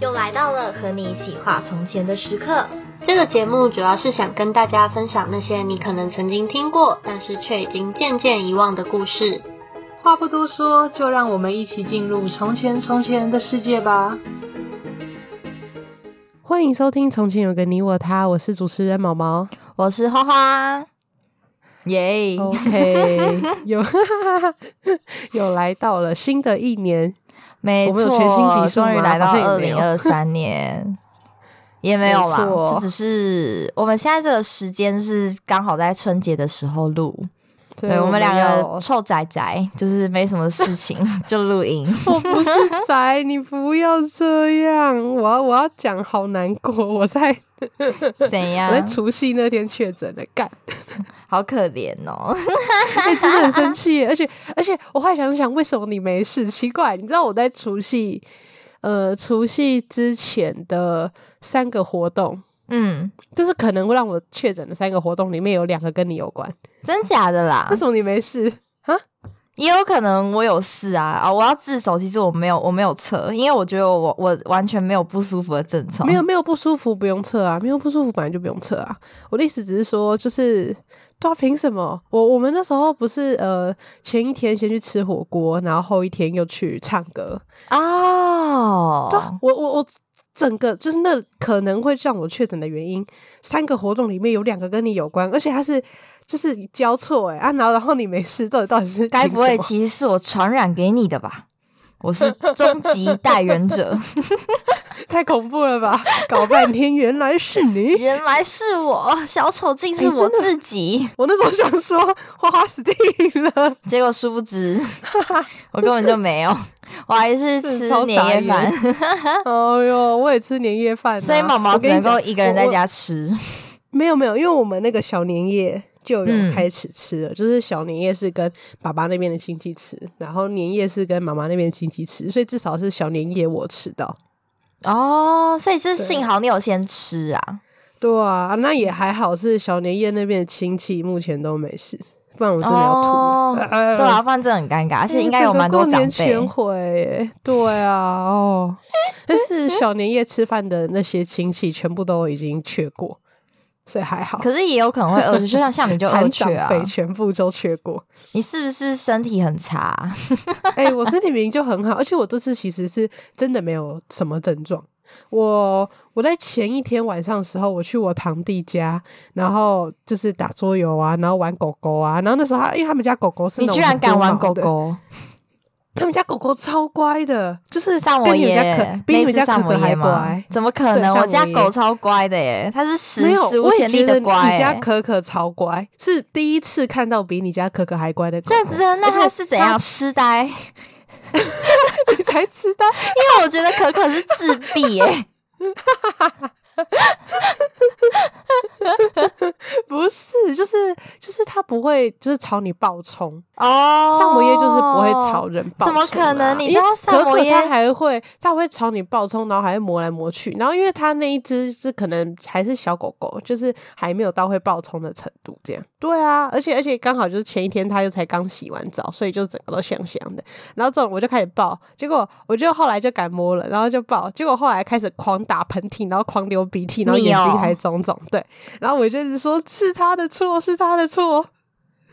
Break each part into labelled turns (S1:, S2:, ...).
S1: 又来到了和你一起画从前的时刻。
S2: 这个节目主要是想跟大家分享那些你可能曾经听过，但是却已经渐渐遗忘的故事。
S3: 话不多说，就让我们一起进入从前从前的世界吧。
S4: 欢迎收听《从前有个你我他》，我是主持人毛毛。
S5: 我是花花，耶、
S4: 哦 OK，有 有来到了新的一年，
S5: 没
S4: 我们有
S5: 错，
S4: 全新集数吗
S5: 终于来到
S4: 好像
S5: 二
S4: 也没
S5: 零
S4: 有
S5: 二 三年，也没有
S4: 没
S5: 啦，
S4: 错
S5: 这只是我们现在这个时间是刚好在春节的时候录，对我们两
S4: 有
S5: 个臭宅宅，就是没什么事情就录音，
S4: 我不是宅，你不要这样，我要我要讲，好难过，我 在
S5: 怎
S4: 我在
S5: 样？
S4: 除夕那天确诊了，干，
S5: 好可怜哦，
S4: 哎、真的很生气 耶，而且而且我后来想想，为什么你没事？奇怪，你知道我在除夕，呃，除夕之前的三个活动，
S5: 嗯，
S4: 就是可能会让我确诊的三个活动里面有两个跟你有关，
S5: 真假的啦
S4: 为，什么你没事？
S5: 也有可能我有事啊啊！我要自首，其实我没有，我没有测，因为我觉得我我完全没有不舒服的症状，
S4: 没有没有不舒服不用测啊，没有不舒服本来就不用测啊。我的意思只是说，就是对啊，凭什么？我我们那时候不是呃前一天先去吃火锅，然后后一天又去唱歌。
S5: 哦，
S4: 对啊、我我我整个就是那可能会让我确诊的原因，三个活动里面有两个跟你有关，而且它是就是交错哎、啊，然后然后你没事，到底到底是
S5: 该不
S4: 凭
S5: 会
S4: 什么
S5: 其实是我传染给你的吧？我是终极代言 者，
S4: 太恐怖了吧？搞半天原来是你。
S5: 原来是我，小丑竟
S4: 哎
S5: 是我自己。
S4: 我那时候想说，花花死定了，
S5: 结果殊不知， 我根本就没有，我还是吃年夜饭，啊
S4: 哎呦，我也吃年夜饭啊、
S5: 所以毛 毛
S4: 我
S5: 只
S4: 跟你
S5: 能
S4: 讲
S5: 够一个人在。
S4: 我
S5: 家吃。
S4: 我没有没有，因为我们那个小年夜就有
S5: 嗯
S4: 开始吃了，就是小年夜是跟爸爸那边的亲戚吃，然后年夜是跟妈妈那边的亲戚吃，所以至少是小年夜我吃到。
S5: 哦，所以是幸好你有先吃啊。
S4: 对啊，那也还好，是小年夜那边的亲戚目前都没事，不然我真的要吐了。
S5: 哦
S4: 哎呦
S5: 对啊，不然真的很尴尬，而且应该有蛮多
S4: 整哎个过年
S5: 长辈
S4: 全。毁耶，对啊， 哦，但是小年夜吃饭的那些亲戚全部都已经缺过，所以还好。
S5: 可是也有可能会饿缺，就像像 你就饿
S4: 韩
S5: 缺
S4: 长
S5: 啊。
S4: 辈全部都缺过，
S5: 你是不是身体很差啊？
S4: 哎、我身体明明就很好，而且我这次其实是真的没有什么症状。我我在前一天晚上的时候，我去我堂弟家，然后就是打桌游啊，然后玩狗狗啊，然后那时候他因为他们家狗狗是
S5: 你
S4: 那种
S5: 居然
S4: 很
S5: 敢
S4: 多
S5: 玩
S4: 毛
S5: 狗
S4: 的
S5: 狗？
S4: 他们家狗狗超乖的，就是
S5: 萨摩
S4: 跟你们家
S5: 耶
S4: 可，比
S5: 那
S4: 你们
S5: 只
S4: 家
S5: 萨
S4: 可
S5: 摩
S4: 可
S5: 耶
S4: 还
S5: 吗
S4: 乖？。
S5: 怎么可
S4: 对
S5: 能？我
S4: 萨
S5: 家
S4: 摩耶
S5: 狗超乖的耶，它是
S4: 没
S5: 史
S4: 有
S5: 史，无
S4: 我也
S5: 前例
S4: 觉得
S5: 的欸
S4: 你
S5: 乖
S4: 家
S5: 耶。
S4: 可可超乖，是第一次看到比你家可可还乖的狗
S5: 这样
S4: 狗。
S5: 子，啊那它是怎样痴呆？因
S4: 你才知道，
S5: 为我觉得可可是自 闭耶。
S4: 不是，就是就是它不会，就是朝你暴冲。
S5: 哦，
S4: 萨摩耶就是不会朝人暴冲啊、
S5: 怎么可能你知道
S4: 因为
S5: 萨摩耶
S4: 可可它还会，它还会朝你暴冲，然后还会磨来磨去。然后因为它那一只是可能还是小狗狗，就是还没有到会暴冲的程度，这样。对啊，而且而且刚好就是前一天它又才刚洗完澡，所以就整个都香香的。然后这种我就开始抱，结果我就后来就敢摸了，然后就抱，结果后来开始狂打喷嚏，然后狂流鼻涕，然后
S5: 你
S4: 眼睛
S5: 哦
S4: 还肿肿。对，然后我就一直说是他的错，是他的错。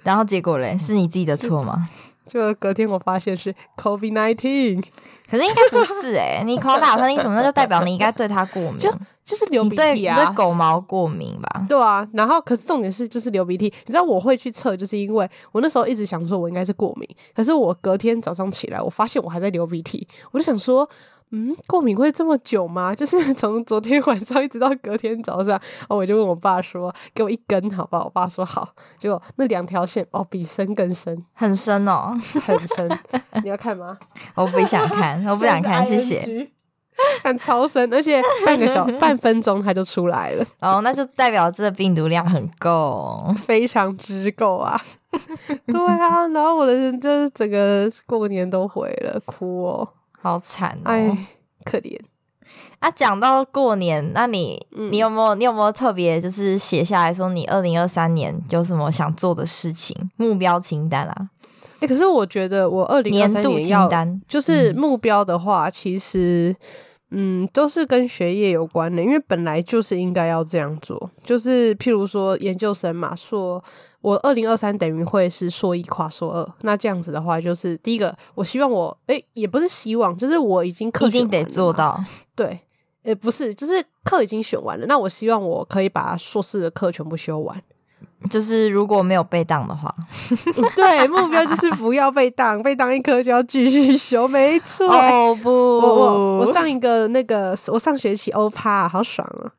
S5: 然后结果嘞，是你自己的错吗？
S4: 就隔天我发现是 COVID nineteen，
S5: 可是应该不是 哎，你狂打喷嚏什么，那就代表你应该对它过敏，
S4: 就就是流
S5: 你
S4: 鼻
S5: 对
S4: 涕
S5: 你
S4: 啊，
S5: 对狗毛过敏吧？
S4: 对啊，然后可是重点是就是流鼻涕，你知道我会去测，就是因为我那时候一直想说我应该是过敏，可是我隔天早上起来，我发现我还在流鼻涕，我就想说，嗯，过敏会这么久吗？ 就是从昨天晚上一直到隔天早上，然后我就问我爸说，给我一根好不好？我爸说好，结果那两条线哦，比深更深，
S5: 很深哦，
S4: 很 深，你要看吗？
S5: 我不想 看，我不想看，谢谢。
S4: 谢。看超深，而且半个小半分钟它就出来了，
S5: 哦，那就代表这个病毒量很够。
S4: 非常之够啊！ 对啊，然后我的人就是整个过年都毁了，哭哦，
S5: 好惨哦！
S4: 哎，可怜。
S5: 啊，讲到过年，那你、
S4: 嗯
S5: 你有没有你有没有特别就是写下来说你二零二三年有什么想做的事情目标清单啊？
S4: 哎、可是我觉得我二零二
S5: 年
S4: 三
S5: 度嗯
S4: 年
S5: 清
S4: 要
S5: 单
S4: 就是目标的话，其实嗯，都是跟学业有关的，因为本来就是应该要这样做。就是譬如说研究生嘛，硕我二零二三等于会是硕一跨硕二，那这样子的话，就是第一个，我希望我诶、也不是希望，就是我已经课
S5: 一定
S4: 选完
S5: 得
S4: 了
S5: 做
S4: 嘛
S5: 到。
S4: 对，呃，不是，就是课已经选完了，那我希望我可以把硕士的课全部修完。
S5: 就是如果没有被当的话，
S4: 对，目标就是不要被当，被当一科就要继续修，没错。
S5: 哦不，
S4: 哦哎我我我上一个那个，我上学期欧趴、好爽啊！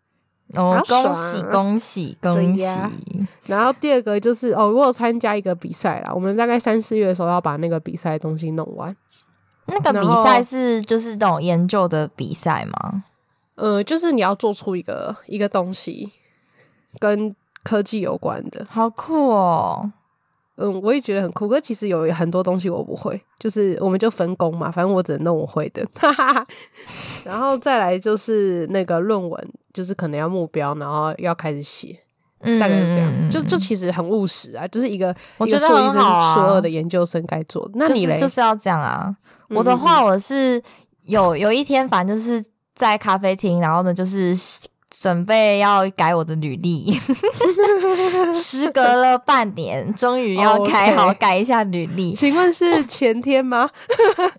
S5: 哦
S4: 好，爽啊
S5: 恭喜恭喜
S4: 对
S5: 恭喜！
S4: 呀然后第二个就是哦，我有参加一个比赛啦，我们大概三四月的时候要把那个比赛的东西弄完。
S5: 那个
S4: 然后
S5: 比赛是就是那种研究的比赛吗？
S4: 呃，就是你要做出一个一个东西跟科技有关的，
S5: 好酷哦！
S4: 嗯，我也觉得很酷。可其实有很多东西我不会，就是我们就分工嘛，反正我只能弄我会的。 哈哈哈。然后再来就是那个论文，就是可能要目标，然后要开始写，
S5: 嗯，
S4: 大概是这样。就就
S5: 就
S4: 其实很务实啊，就是一个
S5: 我
S4: 一个
S5: 觉得
S4: 硕一
S5: 很
S4: 生、
S5: 好啊
S4: 硕二的研究生该做的。那你嘞？
S5: 是就是要这样啊！
S4: 嗯
S5: 我的
S4: 嗯
S5: 话，我是有有一天，反正就是在咖啡厅，然后呢，就是准备要改我的 履历， 时隔了半年，终于要改
S4: 哦
S5: 好
S4: OK
S5: 改一下履 历。
S4: 请问 是前天吗？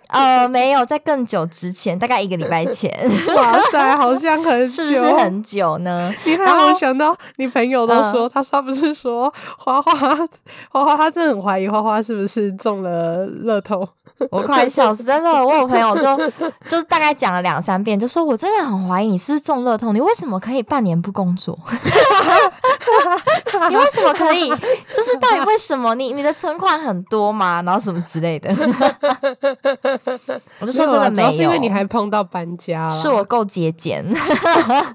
S5: 呃，没有，在更久之前，大概一个礼拜前，
S4: 哇塞，好像很久，
S5: 是不是很久呢？
S4: 你看，
S5: 然后嗯
S4: 我想到你朋友都说，他说他不是说花花 花花，他真的很怀疑花花是不是中了乐透。
S5: 我快笑死！真的，我有朋友就就大概讲了两三遍，就说我真的很怀疑你是不是中乐透，你为什么可以半年不工作？ 你为什么可以？就是到底为什么你你的存款很多吗？然后什么之类的， 我就说真的
S4: 啊啦主要
S5: 没
S4: 是因
S5: 有，
S4: 为你还碰到搬家啦
S5: 是我够节俭。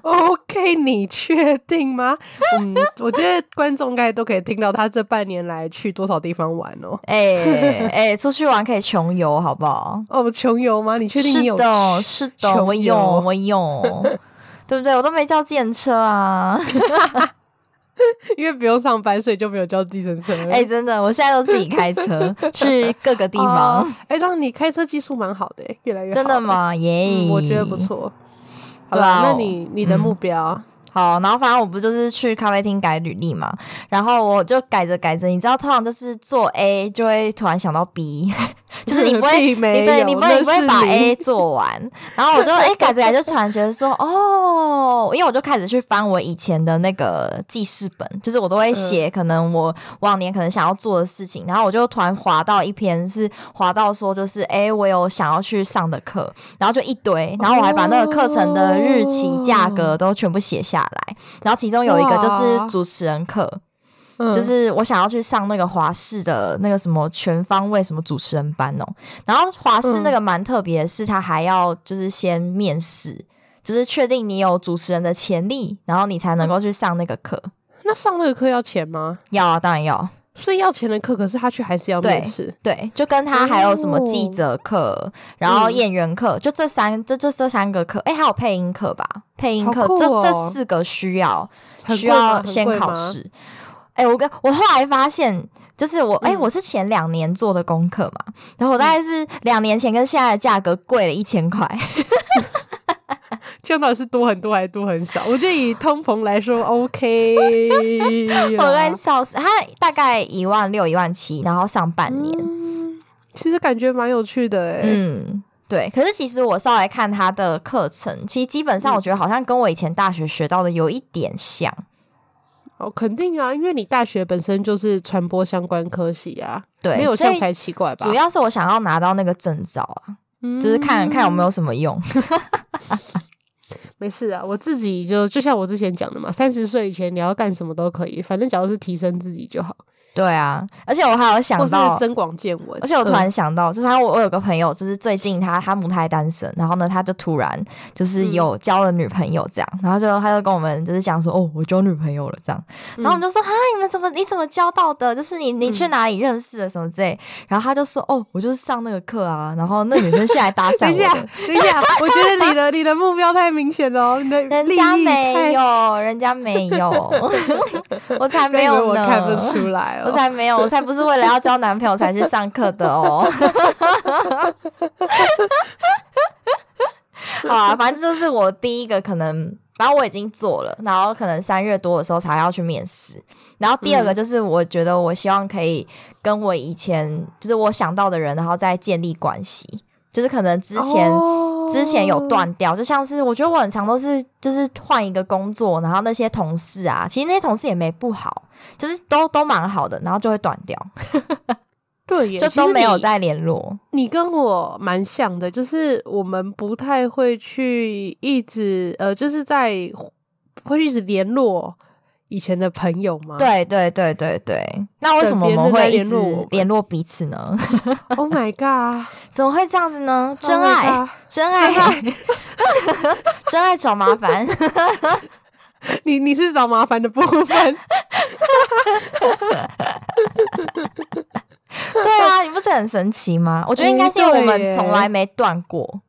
S4: OK，你确定吗？ 嗯，我觉得观众应该都可以听到他这半年来去多少地方玩哦。
S5: 哎哎、出去玩可以穷游，好不好？
S4: 哦，穷游吗？你确定你有去？
S5: 是的，是的，
S4: 穷
S5: 我有，
S4: 游
S5: 我有， 对不对？我都没叫电车啊。
S4: 因为不用上班，所以就没有叫计程车。
S5: 哎、真的，我现在都自己开车去各个地方，
S4: 哦哎、让你开车技术蛮好的、欸越来越好
S5: 真的？吗？耶、
S4: 嗯，我觉得不。错。好
S5: 对啊
S4: 吧，那你你的
S5: 嗯
S4: 目标？
S5: 好，然后反正我不就是去咖啡厅改履历嘛，然后我就改着改着，你知道，通常就是做 A 就会突然想到 B，就是 你不会。
S4: 并没
S5: 你对，
S4: 有
S5: 你不会，
S4: 那
S5: 你不会
S4: 是
S5: 把
S4: 你
S5: A 做完，然后我就哎、改着改着，就突然觉得说哦，因为我就开始去翻我以前的那个记事本，就是我
S4: 嗯
S5: 都会写可能我往年可能想要做的事情，然后我就突然滑到一篇是滑到说就是哎、我有想要去上的课，然后就一堆，然后我还把那个课程的日期、
S4: 哦
S5: 价格都全部写下来，然后其中有一个就是
S4: 哇
S5: 主持人课，
S4: 嗯
S5: 就是我想要去上那个华视的那个什么全方位什么主持人班哦、然后华视
S4: 嗯
S5: 那个蛮特别，的是他还要就是先面试，就是确定你有主持人的潜力，然后你才能够去上那个课。
S4: 那上那个课要钱吗？
S5: 要啊，当然要。
S4: 所以要钱的课，可是他却还是要面试。
S5: 对，就跟他还有什么记者课，然后
S4: 嗯
S5: 演员课，就这三，这就这三个课，诶，还有配音课吧？配音课、
S4: 好酷
S5: 这
S4: 哦
S5: 这四个需要
S4: 很贵吗
S5: 需要先
S4: 很贵吗
S5: 考试。诶，我跟我后来发现，就是我诶，
S4: 嗯
S5: 我是前两年做的功课嘛，然后我大概是两年前跟现在的价格贵了一千块，
S4: 嗯这样到底是多很多还是多很少？我觉得以通膨来说，OK 啦。
S5: 我在笑死。它大概一万六、一万七，然后上半年。
S4: 嗯其实感觉蛮有趣的哎、
S5: 嗯，对。可是其实我稍微看他的课程，其实基本
S4: 嗯
S5: 上我觉得好像跟我以前大学学到的有一点像。
S4: 哦，肯定啊，因为你大学本身就是传播相关科系啊，
S5: 对，
S4: 没有
S5: 所
S4: 像
S5: 以
S4: 才奇怪吧？嗯
S5: 主要是我想要拿到那个证照啊，就是看看有没有什么用。
S4: 没事啊，我自己就就像我之前讲的嘛，三十岁以前你要干什么都可以，反正只要是提升自己就好，
S5: 对啊，而且我还有
S4: 或
S5: 想
S4: 是
S5: 到，
S4: 增广见闻。
S5: 而且我突然
S4: 嗯
S5: 想到，就是他我我有个朋友，就是最近他他母胎单身，然后呢，他就突然就是
S4: 嗯
S5: 有交了女朋友这样，然后就他就跟我们就是讲说，哦，我交女朋友了这样，然后我
S4: 嗯
S5: 们就说，哈、你们怎么你怎么交到的？就是你你去哪里认识的什么之类，然后他就说，哦，我就是上那个课啊，然后那女生是来搭讪
S4: 等
S5: 我
S4: 一下，
S5: 的。
S4: 等一 下，我觉得你的你的目标太明显了哦，你的
S5: 人
S4: 利益
S5: 家没
S4: 太
S5: 有，人家没 有， 我才没
S4: 以为
S5: 有
S4: 我
S5: 呢，
S4: 看不出来
S5: 我
S4: 哦。
S5: 才没有，我才不是为了要交男朋友才去上课的哦。 好啊，反正就是我第一个可能，然后我已经做了，然后可能三月多的时候才要去面试。然后第
S4: 嗯
S5: 二个就是，我觉得我希望可以跟我以前就是我想到的人，然后再建立关系，就是可能之前、
S4: 哦
S5: 之前有断掉，就像是我觉得我很常都是就是换一个工作，然后那些同事啊，其实那些同事也没不好，就是都都蛮好的，然后就会断掉，
S4: 对耶，
S5: 就
S4: 其
S5: 都
S4: 实
S5: 没有
S4: 你
S5: 再联络。
S4: 你跟我蛮像的，就是我们不太会去一直呃，就是在会一直联络以前的朋友吗？
S5: 对对对对对，那为
S4: 啊等
S5: 什么我
S4: 别
S5: 们
S4: 人来
S5: 会一
S4: 联
S5: 直
S4: 络我们
S5: 联络彼此呢？
S4: ，Oh my god，
S5: 怎么会这样子呢？真
S4: Oh my
S5: 爱，
S4: god
S5: 真爱， 真爱找麻烦。
S4: 你你是找麻烦的部分，
S5: 对啊，你不是很神奇吗？我觉得应该是因为我
S4: 哎
S5: 们从来没断过。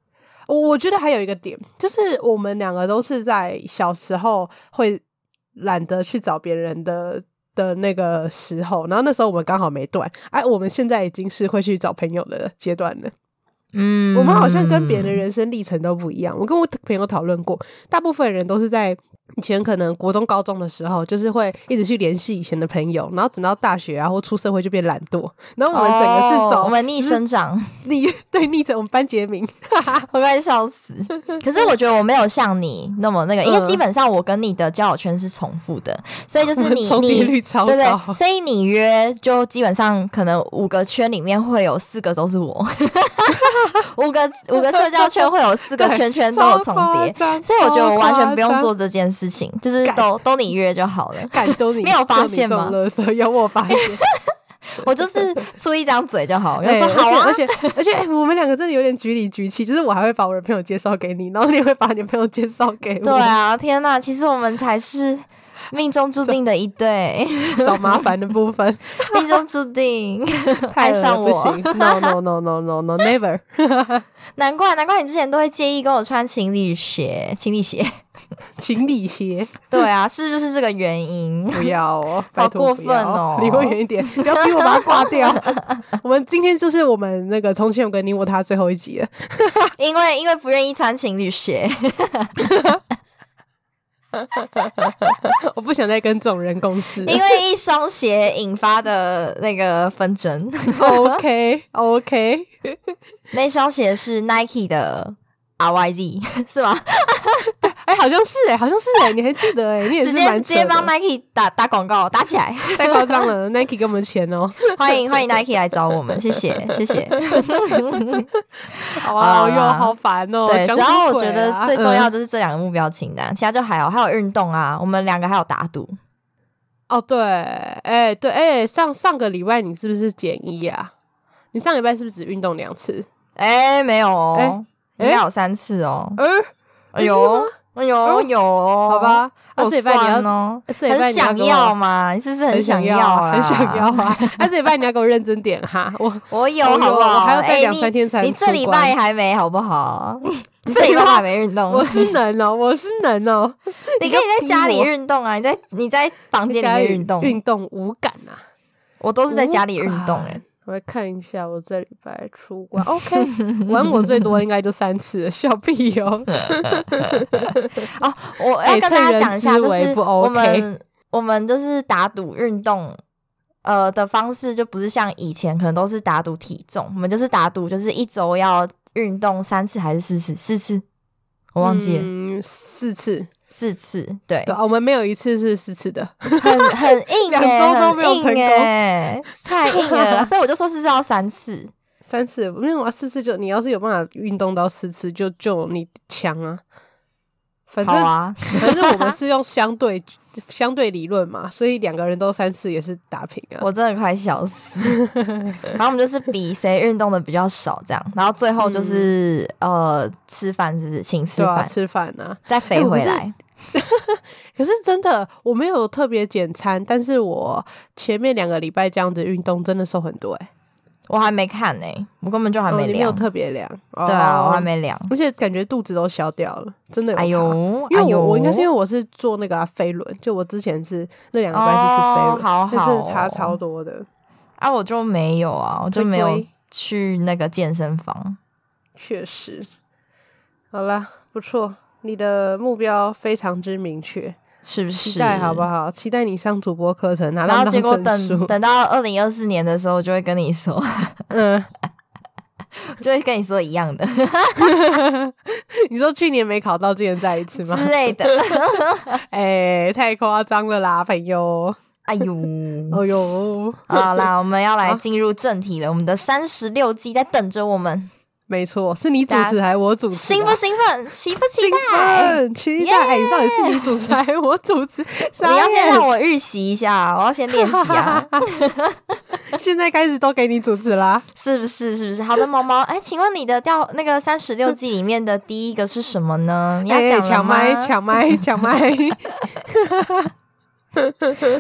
S4: 我我觉得还有一个点，就是我们两个都是在小时候会懒得去找别人的。的那个时候，然后那时候我们刚好没断，哎、我们现在已经是会去找朋友的阶段了。
S5: 嗯，
S4: 我们好像跟别人的人生历程都不一样。我跟我朋友讨论过，大部分人都是在以前可能国中、高中的时候，就是会一直去联系以前的朋友，然后等到大学啊或出社会就变懒惰。然后我们整个是
S5: 哦
S4: 走、
S5: 我们逆生长，
S4: 逆对逆着我们班杰 明，
S5: 我快笑死。 可是我觉得我没有像你那么那个，因为
S4: 嗯
S5: 基本上我跟你的交友圈是重复的，所以就
S4: 我
S5: 是
S4: 们
S5: 你
S4: 重叠
S5: 你
S4: 率超
S5: 对
S4: 高。
S5: 对，所以你约就基本上可能五个圈里面会有四个都是我， 五个五个社交圈会有四 个
S4: 对
S5: 圈圈都有
S4: 超
S5: 重
S4: 夸
S5: 叠，
S4: 张
S5: 所以我觉得我完全不
S4: 超
S5: 用
S4: 夸张
S5: 做这件事情，就是
S4: 干
S5: 都都你约就好了。
S4: 敢丢你，
S5: 你有发现吗
S4: 了，有我发现。
S5: 我就是出一张嘴就好，我就
S4: 对
S5: 说好啊
S4: 而，且而且而且、哎我们两个真的有点局里局气，就是我还会把我的朋友介绍给你，然后你会把你的朋友介绍给我，
S5: 对啊，天哪，其实我们才是命中注定的一对，
S4: 找麻烦的部分。
S5: 命中注定。
S4: 太
S5: 爱上
S4: 恶了
S5: 我
S4: 不行，no no no no no no never，
S5: 难怪难怪你之前都会介意跟我穿情侣鞋， 情 侣鞋。
S4: 情理 鞋
S5: 对啊，是就是这个原因。
S4: 不要哦，拜托
S5: 过
S4: 不要
S5: 分哦
S4: 离我远一点，不要逼我把它挂 掉。我们今天就是我们那个从前有个你我他最后一集了，
S5: 因为因为不愿意穿情侣鞋，
S4: 我不想再跟这种人共 事了。
S5: 因为一双鞋引发的那个纷争。
S4: OK OK，
S5: 那双鞋是 Nike 的 R Y Z 是吗？
S4: 哎、好像是哎、好像是哎、你还记得哎、你也
S5: 直
S4: 是
S5: 接
S4: 蛮
S5: 直
S4: 扯
S5: 接
S4: 的
S5: 帮 Nike 打打广告，打起 来！
S4: 太夸张了，Nike 给我们钱哦、
S5: 欢迎欢迎 Nike 来找我们，谢谢谢谢。
S4: 好
S5: 啊
S4: 啊，哟，好烦哦、
S5: 对，
S4: 讲
S5: 主要
S4: 什么
S5: 我
S4: 鬼
S5: 觉得
S4: 啊
S5: 最重要
S4: 嗯
S5: 就是这两个目标清单，其他就还好，还有运动啊，我们两个还有打
S4: 嗯
S5: 赌。
S4: 哦，对，哎、对，哎、上上个礼拜你是不是减一啊？你上礼拜是不是只运动两次？
S5: 哎，没有哦，
S4: 哎
S5: 应该有三次哦。
S4: 呃，
S5: 哎呦哎呦
S4: 哦
S5: 有哦，
S4: 好吧，那、
S5: 好
S4: 这礼拜你
S5: 酸
S4: 要，啊
S5: 哦。
S4: 这礼拜
S5: 很
S4: 你要
S5: 想
S4: 跟我
S5: 要嘛？你是不是
S4: 很
S5: 想
S4: 要
S5: 啊？
S4: 啊，很想要。 啊！那、这礼拜你要给我认真点哈，我
S5: 我有
S4: 我
S5: 好
S4: 有
S5: 不好？
S4: 我还要再
S5: 哎
S4: 两
S5: 你
S4: 三天才
S5: 你这
S4: 出
S5: 礼
S4: 关
S5: 拜还没好不 好？你这礼拜还没运动，
S4: 我是能哦，我是能哦，
S5: 你可以在家里
S4: 你不要逼我
S5: 运动啊！你在你在房间里
S4: 家
S5: 面
S4: 里
S5: 运动，
S4: 运动无感啊！
S5: 我都是在家里运
S4: 无
S5: 动
S4: 感
S5: 哎。
S4: 我来看一下我这礼拜出关，OK，玩我最多应该就三次了，笑屁哦！
S5: 哦，我要
S4: 哎
S5: 跟
S4: 趁
S5: 大家
S4: 人
S5: 讲一下，
S4: 之
S5: 就
S4: 危
S5: 是
S4: 不
S5: 我
S4: OK
S5: 们我们就是打赌运动。呃的方式就不是像以前可能都是打赌体重，我们就是打赌，就是一周要运动三次还是四次？四次，我忘记了，
S4: 嗯，四次，
S5: 四次。对，
S4: 对，我们没有一次是四 次的。
S5: 很很硬、欸，
S4: 两周都没有
S5: 很硬欸太硬了啦。所以我就说是要三次，
S4: 三次，因为我要四次就你要是有办法运动到四次，就就你强啊。反
S5: 好
S4: 正、
S5: 啊，
S4: 反正我们是用相对相对理论嘛，所以两个人都三次也是打平啊。
S5: 我真的快笑死。然后我们就是比谁运动的比较少，这样，然后最后就是、呃吃饭，是不是请吃
S4: 嗯对啊，
S5: 饭，
S4: 吃饭啊。
S5: 再肥回来。
S4: 可是真的，我没有特别减餐，但是我前面两个礼拜这样子运动，真的瘦很多哎、
S5: 我还没看呢、我根本就还
S4: 欸。
S5: 没
S4: 哦你没
S5: 量。
S4: 有特哦别量，对
S5: 对啊，我还，没量。
S4: 而且感觉肚子都消掉了，真的有差。
S5: 哎呦，
S4: 因为
S5: 哎
S4: 我、
S5: 呦
S4: 我应该是因为我是做那个、啊、飞轮，就我之前是那两个礼拜是去飞轮，
S5: 哦好好
S4: 那真的差
S5: 哦
S4: 超多的。
S5: 啊，我就没有啊，我就没
S4: 龟
S5: 有
S4: 龟
S5: 去那个健身房。
S4: 确实，好啦，不错，你的目标非常之明确，
S5: 是不是？
S4: 期待好不？好？期待你上主播课程拿
S5: 然
S4: 到
S5: 后
S4: 那
S5: 结果
S4: 张证
S5: 等
S4: 书。
S5: 等到二零二四年的时候，我就会跟你说，
S4: 嗯，
S5: 就会跟你说一样 的
S4: 你说去年没考到，今年再一次吗
S5: 之？类的。
S4: 哎、太夸张了啦，朋友！
S5: 哎呦，
S4: 哎呦，
S5: 好啦，我们要来
S4: 好
S5: 进入正题了，我们的三十六计在等着我们，
S4: 没错，是你主持还是我主持、啊？
S5: 兴不兴奋？期不期
S4: 兴
S5: 待？
S4: 奋？期待！哎、到底是你主持还是我主持？
S5: 你要先让
S4: 我
S5: 我预习一下，我要先练 习啊，
S4: 现在开始都给你主持啦。
S5: 是不是？是不是？好的，毛毛，哎，请问你的调那个三 十六计里面的第一个是什么呢？你要
S4: 哎
S5: 讲了
S4: 抢
S5: 吗？
S4: 麦，抢 麦，抢麦！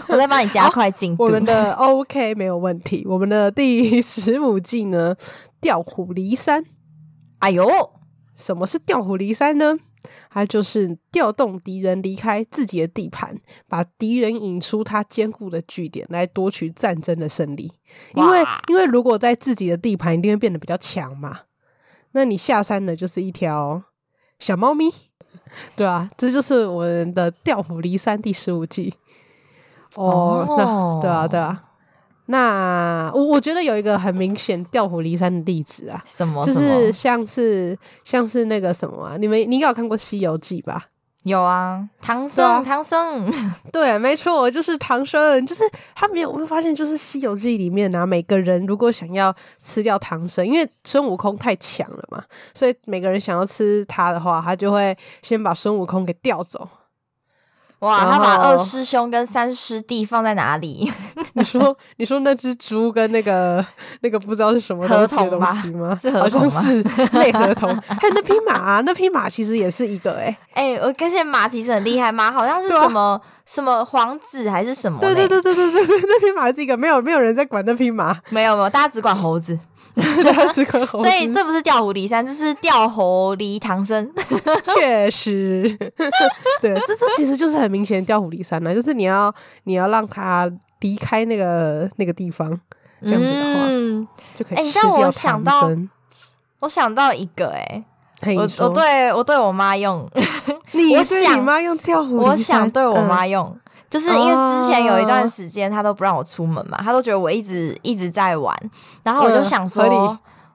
S5: 我在帮你加快进度
S4: 哦我。们的 OK 没有问题。我们的第十五季呢，调虎离山。
S5: 哎呦，
S4: 什么是调虎离山呢？它就是调动敌人离开自己的地盘，把敌人引出他坚固的据点，来夺取战争的胜利。因为
S5: 哇
S4: 因为如果在自己的地盘，一定会变得比较强嘛。那你下山的就是一条小猫咪，对啊，这就是我们的调虎离山第十五季。哦，
S5: 哦
S4: 那对啊，对啊。那我我觉得有一个很明显调虎离山的例子啊，
S5: 什么？
S4: 就
S5: 什么
S4: 是像是像是那个什么啊，你们你应该有看过《西游记》吧？
S5: 有啊，唐
S4: 对啊
S5: 僧，唐僧，
S4: 对，没错，就是唐僧，就是他没有，我会发现就是《西游记》里面啊，每个人如果想要吃掉唐僧，因为孙悟空太强了嘛，所以每个人想要吃他的话，他就会先把孙悟空给调 走。
S5: 哇，
S4: 然
S5: 他把
S4: 后
S5: 二师兄跟三师弟放在哪里？
S4: 你说你说那只猪跟那个那个不知道是什么
S5: 合
S4: 东西的
S5: 同
S4: 东
S5: 吧
S4: 西吗？
S5: 是合
S4: 好
S5: 同
S4: 像
S5: 吗
S4: 是类合同，还有那匹马、啊那匹马其实也是一个哎、欸
S5: 哎、我跟现在马其实很厉害，马好像是
S4: 对啊
S5: 什么、什么皇子还是什么？
S4: 对对，对对对对对，那匹马是一个没有没有人在管那匹马，
S5: 没有没有，大家只管猴子，
S4: 大家只管猴子。
S5: 所以这不是调虎离山，这是调猴离唐僧。
S4: 确实， 对，这这其实就是很明显的调虎离山了，就是你要你要让它离开那个那个地方，这样子的话、
S5: 嗯，
S4: 就可
S5: 哎
S4: 以
S5: 你
S4: 吃
S5: 知道我
S4: 掉
S5: 想
S4: 唐
S5: 到
S4: 僧。
S5: 我想到一个、哎，
S4: 嘿欸你
S5: 我我
S4: 说
S5: 对我对我妈用，
S4: 你
S5: 我
S4: 对你
S5: 想
S4: 妈用调虎离山，
S5: 我想对我
S4: 嗯
S5: 妈用。就是因为之前有一段
S4: 哦
S5: 时间，她都不让我出门嘛，她都觉得我一直一直在玩，然后我就
S4: 嗯
S5: 想
S4: 合
S5: 说，
S4: 理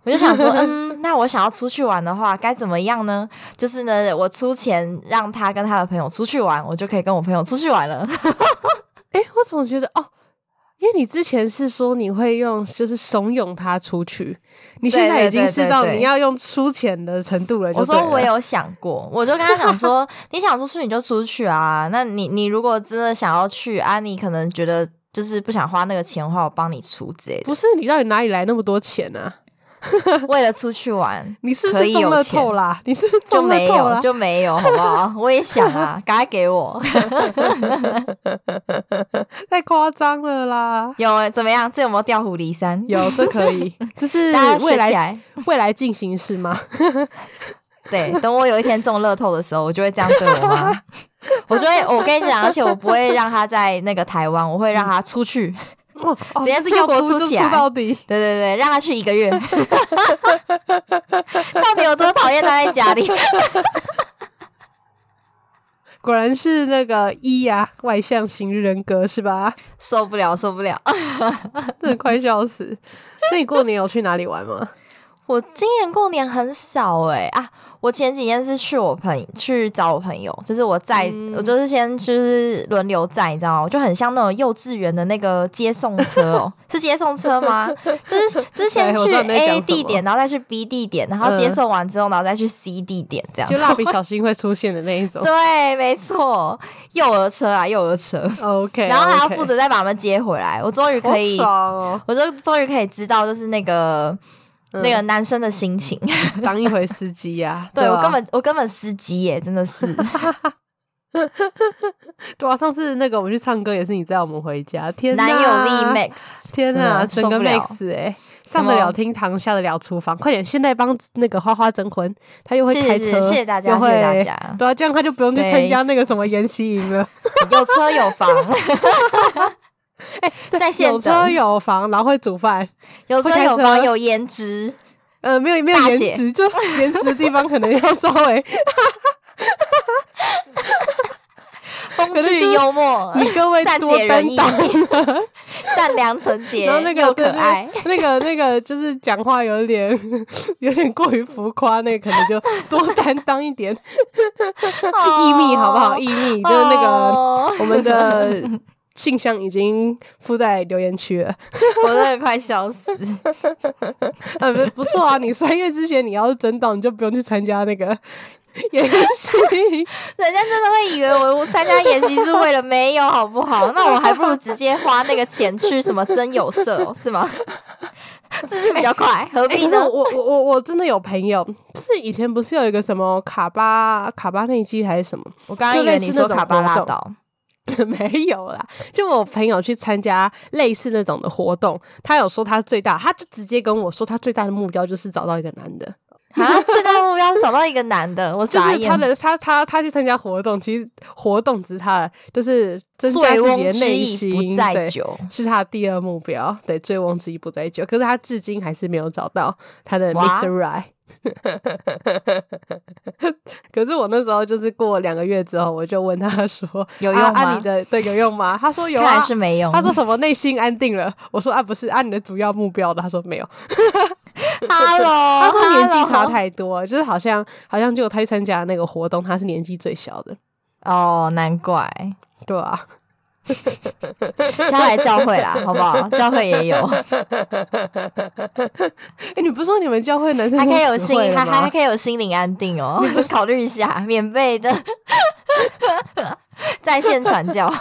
S5: 我 就想说，嗯，那我想要出去玩的话，该怎么样呢？就是呢，我出钱让她跟她的朋友出去玩，我就可以跟我朋友出去 玩了。
S4: 哎、我总觉得哦，因为你之前是说你会用，就是怂恿他出去，你现
S5: 对
S4: 在
S5: 对
S4: 已经
S5: 对
S4: 是
S5: 对
S4: 到
S5: 对
S4: 你要用出钱的程度了就
S5: 我
S4: 对
S5: 说
S4: 了。
S5: 我有想过，我就跟他 讲说，你想出去你就出去啊。那你你如果真的想要去啊，你可能觉得就是不想花那个钱的话，我帮你出之类的。
S4: 不是你到底哪里来那么多钱啊？
S5: 为了出去玩
S4: 你是不
S5: 可
S4: 是
S5: 以
S4: 中
S5: 有
S4: 乐
S5: 钱
S4: 透啦？你是不是
S5: 就
S4: 中
S5: 没
S4: 乐透
S5: 有
S4: 啦？
S5: 就 没有，好不好？我也想啊，赶快给我。
S4: 太夸张了啦！
S5: 有欸怎么样？这有没有调虎离山？
S4: 有，这可以， 这是
S5: 大家学
S4: 未
S5: 起
S4: 来
S5: 来。
S4: 未来进行式 吗？
S5: 对，等我有一天中乐透的时候，我就会这样对我妈。 我就会，我跟你讲，而且我不会让她在那个台湾，我会让她出去。
S4: 哦，哦
S5: 直接
S4: 就是
S5: 出
S4: 要
S5: 国
S4: 出
S5: 出
S4: 就
S5: 起
S4: 出
S5: 来
S4: 到底。
S5: 对对对，让他去一 个月，到底有多讨厌待在家里？
S4: 果然是那个一呀、外向型人格是吧？
S5: 受不了，受不了！
S4: 真的快笑死！所以你过年有去哪里玩 吗？
S5: 我今年过年很少哎、啊！我前几天是去我朋去找我朋友，就是我在，
S4: 嗯
S5: 我就是先就是轮流载，你知道吗？就很像那种幼稚园的那个接送车 哦，是接送车吗？就是就是先
S4: 哎对我知
S5: 去
S4: 道你在讲
S5: A
S4: 什么嗯
S5: 地点，然后再去 B 地点，然后接送完之后，然后再去 C 地点，这样
S4: 就。蜡笔小新会出现的那一种。
S5: 对，没错，幼儿车啊，幼儿车。
S4: OK，
S5: 然后还要
S4: 哎 OK
S5: 负责再把他们接回来。我终于可以，
S4: 好爽哦，
S5: 我就终于可以知道，就是那个、
S4: 嗯
S5: 那个男生的心情。
S4: 当一回司机呀、
S5: 对
S4: 吧
S5: 我根本我根本司机耶，真的是
S4: 对啊，上次那个我们去唱歌也是你载我们回家， 天
S5: 男
S4: 哪
S5: 友力 max，
S4: 天哪，
S5: 哪，
S4: 整个
S5: 受不了
S4: mix 哎、上得了厅堂，下得了厨房，快点！现在帮那个花花征婚，他又会
S5: 谢谢
S4: 开车，
S5: 谢谢谢大家
S4: 又会
S5: 谢谢大家
S4: 对啊，这样他就不用去
S5: 对
S4: 参加那个什么研习营了，
S5: 有车有房， 在线
S4: 有
S5: 等
S4: 车有房，然后会煮饭，
S5: 有
S4: 会
S5: 车
S4: 开
S5: 有房
S4: 车
S5: 有颜值，
S4: 呃没有没有
S5: 大写
S4: 颜值，就 颜值的地方可能要稍微，
S5: 风
S4: 可能就
S5: 趣
S4: 是
S5: 幽默，
S4: 你各位
S5: 善
S4: 多
S5: 解人
S4: 担
S5: 意
S4: 当。，
S5: 善良纯洁，
S4: 然后那个
S5: 又可
S4: 对那个
S5: 爱。
S4: 那个那个就是讲话有点 有点过于浮夸，那个可能就多担当一 点。哦意密好不好？意密就是那个
S5: 哦
S4: 我们的信箱已经附在留言区了。
S5: 我真的快笑死。
S4: 呃，不不错啊，你三月之前你要是真到，你就不用去参加那 个演戏。
S5: 人家真的会以为我参加演习是为了没有，好不好？那我还不如直接花那个钱去什么真有社，是吗？是不是比较快？何
S4: 哎、
S5: 必
S4: 可是
S5: 呢
S4: 我？我我我我真的有朋友，就是以前不是有一个什么卡巴卡巴内基还是什么？
S5: 我刚刚以为你说卡巴拉 岛，
S4: 没有啦，就我朋友去参加类似那种的活动，他有说他最大，他就直接跟我说他最大的目标就是找到一个男的，
S5: 啊，最大目标是找到一个男的，我
S4: 就
S5: 傻
S4: 是
S5: 眼
S4: 他。的他他他去参加活动，其实活动只是他的就是增加
S5: 醉
S4: 自己
S5: 翁
S4: 的
S5: 之
S4: 内
S5: 意
S4: 心，
S5: 不在
S4: 对
S5: 酒，
S4: 是他的第二目标，对，醉翁之意不在酒。可是他至今还是没有找到他的
S5: 哇
S4: Mr. Right。可是我那时候就是过两个月之后，我就问他说：“
S5: 有
S4: 啊
S5: 用
S4: 啊
S5: 吗
S4: 你的对有用吗？”他说：“有
S5: 看
S4: 啊。
S5: 来是”没用。
S4: 他说：“什么内心安定了？”我说：“啊，不是，啊，你的主要目标的。”他说：“没有。
S5: ：“Hello，
S4: 他说年纪差
S5: hello
S4: 太多，就是好像好像就他去参加那个活动，他是年纪最小的，
S5: 哦，难怪
S4: 对啊。
S5: 叫他来教会啦，好不好？教会 也有，
S4: 哎，你不是说你们教会男生
S5: 还
S4: 都
S5: 可以有
S4: 死会
S5: 心，
S4: 了
S5: 还
S4: 吗
S5: 还可以有心灵安 定哦，考虑一下，免费的，在线传教。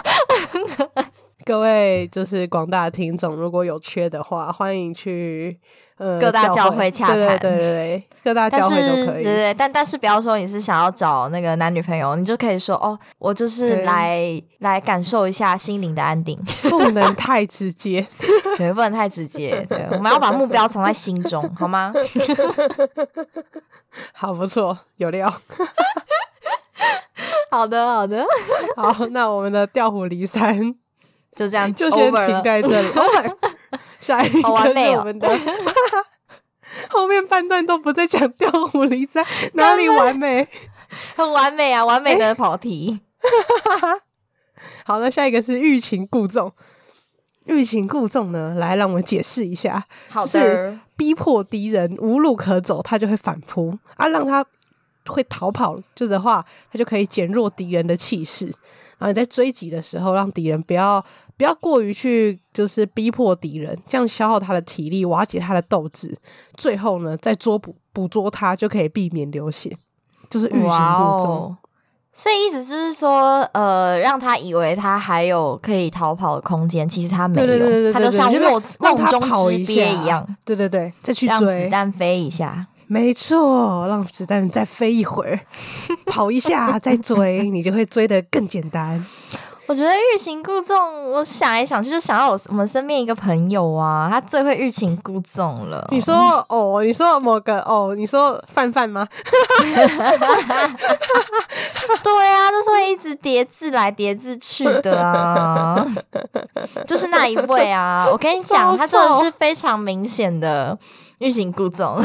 S4: 各位就是广大听众，如果有缺的话，欢迎去呃
S5: 各大
S4: 教
S5: 教会洽谈
S4: 对对对对，各大
S5: 但
S4: 教会
S5: 是，呃
S4: 都可
S5: 对
S4: 以。
S5: 对，但但是不要说你是想要找那个男女朋友，你就可以说哦，我就是
S4: 对啊
S5: 来来感受一下心灵的安定，
S4: 不能太直接，
S5: 对，不能太直接，对，我们要把目标藏在心中，好吗？
S4: 好不错，有料。
S5: 好的，好的，
S4: 好，那我们的调虎离山
S5: 就这样，
S4: 就先
S5: over
S4: 停
S5: 了
S4: 在这里。Oh my，下一
S5: 好完
S4: 个
S5: 美
S4: 是
S5: 哦
S4: 我们的， 后面半段都不在讲调虎离山，哪里完 美？
S5: 很完美啊，完美的跑题。
S4: 好，那下一个是欲擒故纵。欲擒故纵呢，来让我解释一下。
S5: 好
S4: 是
S5: 的，
S4: 逼迫敌人无路可走，他就会反扑啊，让他会逃跑，就的话，他就可以减弱敌人的气势。然后你在追击的时候，让敌人不要不要过于去就是逼迫敌人，这样消耗他的体力，瓦解他的斗志。最后呢，再捉捕捕捉他，就可以避免流血，就是欲擒
S5: 哇
S4: 故纵。
S5: 哦！所以意思是说，呃，让他以为他还有可以逃跑的空间，其实他没有，
S4: 对对对对对对，
S5: 他就像
S4: 对
S5: 梦
S4: 让
S5: 梦
S4: 他
S5: 中
S4: 跑
S5: 之
S4: 一
S5: 鳖
S4: 下
S5: 一样，，
S4: 对对对，再去
S5: 让子
S4: 追，
S5: 弹飞一下。
S4: 没错，让子弹再飞一会 儿，跑一下再追，你就会追得更简单。
S5: 我觉得欲擒故纵，我想来想去就想到我我们身边一个朋友啊，他最会欲擒故纵了。
S4: 你说哦，你说某个哦，你说范范吗？
S5: 对啊，就是会一直叠字来叠字去的啊， 就是那一位啊。我跟你讲，
S4: 好
S5: 他真的
S4: 丑
S5: 是非常明显的欲擒故 纵，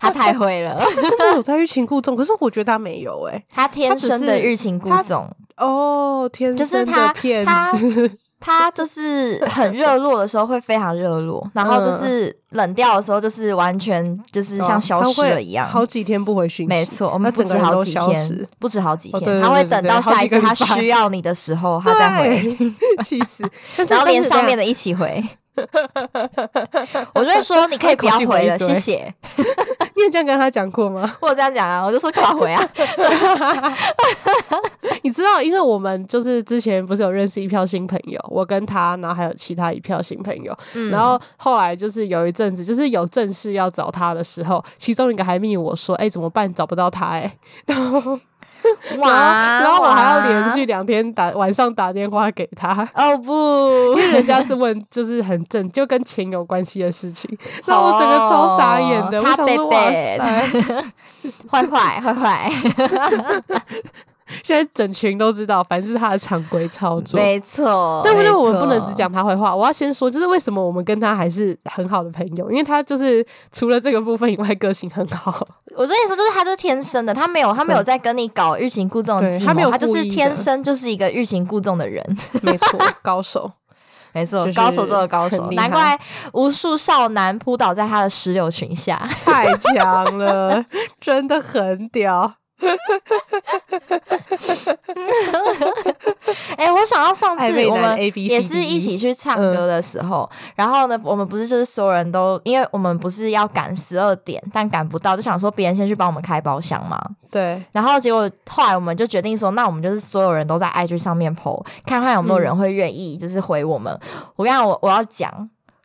S5: 他太会了，
S4: 真的有在欲擒故 纵，可是我觉得他没有哎、
S5: 他天生的欲擒故纵，
S4: 哦，天
S5: 就是
S4: 生
S5: 他
S4: 的骗
S5: 他
S4: 子，
S5: 他就是很热络的时候会非常热络， 然后就是冷掉的时候就是完全就是像消失了一样。
S4: 嗯好几天不回讯息，
S5: 没错，我
S4: 那
S5: 们不
S4: 整
S5: 止
S4: 个人
S5: 好
S4: 都
S5: 几
S4: 消失
S5: 天。，不止好几
S4: 哦对对
S5: 天，他会等到下一次
S4: 对对对
S5: 他
S4: 好几个礼拜
S5: 需要你的时候，他再回。
S4: 对，气 死！但是
S5: 然后连上面
S4: 的
S5: 的一起回。我就会说你可以不要回了，
S4: 口气回一堆
S5: 谢谢。
S4: 你有这样跟他讲过吗？
S5: 我有这样讲啊，我就说干嘛回啊？
S4: 你知道，因为我们就是之前不是有认识一票新朋友，我跟他，然后还有其他一票新朋友，
S5: 嗯
S4: 然后后来就是有一阵子，就是有正事要找他的时候，其中一个还密我说：“哎、怎么办？找不到他、哎，
S5: 哇！
S4: 然后我还要连
S5: 哇
S4: 续两天打晚上打电话给他。
S5: 哦不
S4: 因，为人家是问，就是很正，就跟钱有关系的事情，然后我整个超傻眼的，
S5: 哦
S4: 我想说哇
S5: 他被
S4: 塞，
S5: 坏坏坏坏，
S4: 现在整群都知道，反正是他的常规操作。
S5: 没错。
S4: 但
S5: 没
S4: 为
S5: 错
S4: 我们不能
S5: 哦
S4: 只讲他坏话，我要先说，就是为什么我们跟他还是很好的朋友，因为他就是除了这个部分以外，个性很 好。
S5: 我跟你说，就是他就是天生的，他没有他没有在跟你搞欲擒故纵的
S4: 对
S5: 计
S4: 他没有
S5: 谋，他就
S4: 故
S5: 是
S4: 意的
S5: 天生就是一个欲擒故纵的人。
S4: 没错，高手。
S5: 没错，
S4: 就是
S5: 高手中的高手，
S4: 很厉害
S5: 难怪无数少男扑倒在他的石榴裙下。
S4: 太强了，真的很 屌。
S5: 哎、我想到上次
S4: 暧昧
S5: 我
S4: 男
S5: 们
S4: A B C
S5: 也是
S4: D E
S5: 一起去唱歌的时候，然后呢，我们不是就是所有人都，因为我们不是要赶十二点，但赶不到，就想说别人先去帮我们开包厢嘛。
S4: 对，
S5: 然后结果后来我们就决定说，那我们就是所有人都在 IG 上面 PO，看看有没有
S4: 嗯
S5: 人会愿意就是回我们。我跟你讲，我我要讲，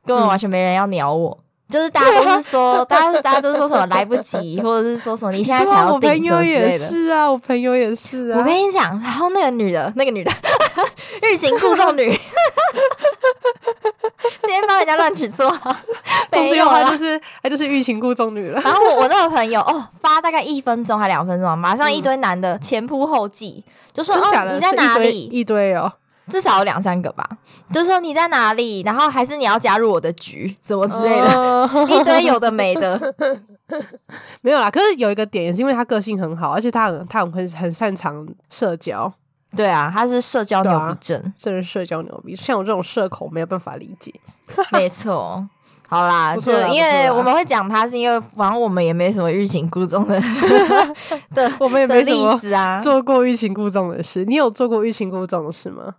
S5: 根本完全没人要鸟
S4: 嗯
S5: 我。 就是大家都是说，大家大家都是说什么来不及，或者是说什么你现在
S4: 对
S5: 才
S4: 啊，
S5: 要
S4: 我
S5: 订
S4: 朋
S5: 什么
S4: 友
S5: 之
S4: 也
S5: 类的。
S4: 是啊，我朋友也是
S5: 我
S4: 啊
S5: 跟。你讲，然后那个女的，那个女的， 欲擒故纵女， 直接帮人家乱 取绰号，
S4: 总之
S5: 没有
S4: 他
S5: 啦
S4: 就是他就是欲擒故纵女了。
S5: 然后我我那个朋友哦，发大概一分钟还两分钟啊，马上一堆男的前仆后继，就 说
S4: 真假
S5: 哦
S4: 的？
S5: 你在
S4: 是
S5: 哪
S4: 一
S5: 里？
S4: 堆一堆哦，
S5: 至少有两三个吧，就说你在哪里，然后还是你要加入我的局，什么之类
S4: 哦
S5: 的，
S4: 的
S5: 一堆有的没的。
S4: 没有啦。可是有一个点也是因为他个性很好，而且他很他很很很擅长社交，
S5: 对啊，他是社交
S4: 对
S5: 牛
S4: 啊
S5: 逼症，
S4: 真的是社交牛逼。像我这种社恐没有办法理解。
S5: 没错。好啦，
S4: 不
S5: 就
S4: 错啦
S5: 因
S4: 不
S5: 为
S4: 错啦
S5: 我们会讲他，是因为反正我们也没什么欲擒故纵 的的
S4: 我们也
S5: 的
S4: 没什
S5: 例
S4: 么
S5: 子啊。
S4: 做过欲擒故纵的事，你有做过欲擒故纵的事吗？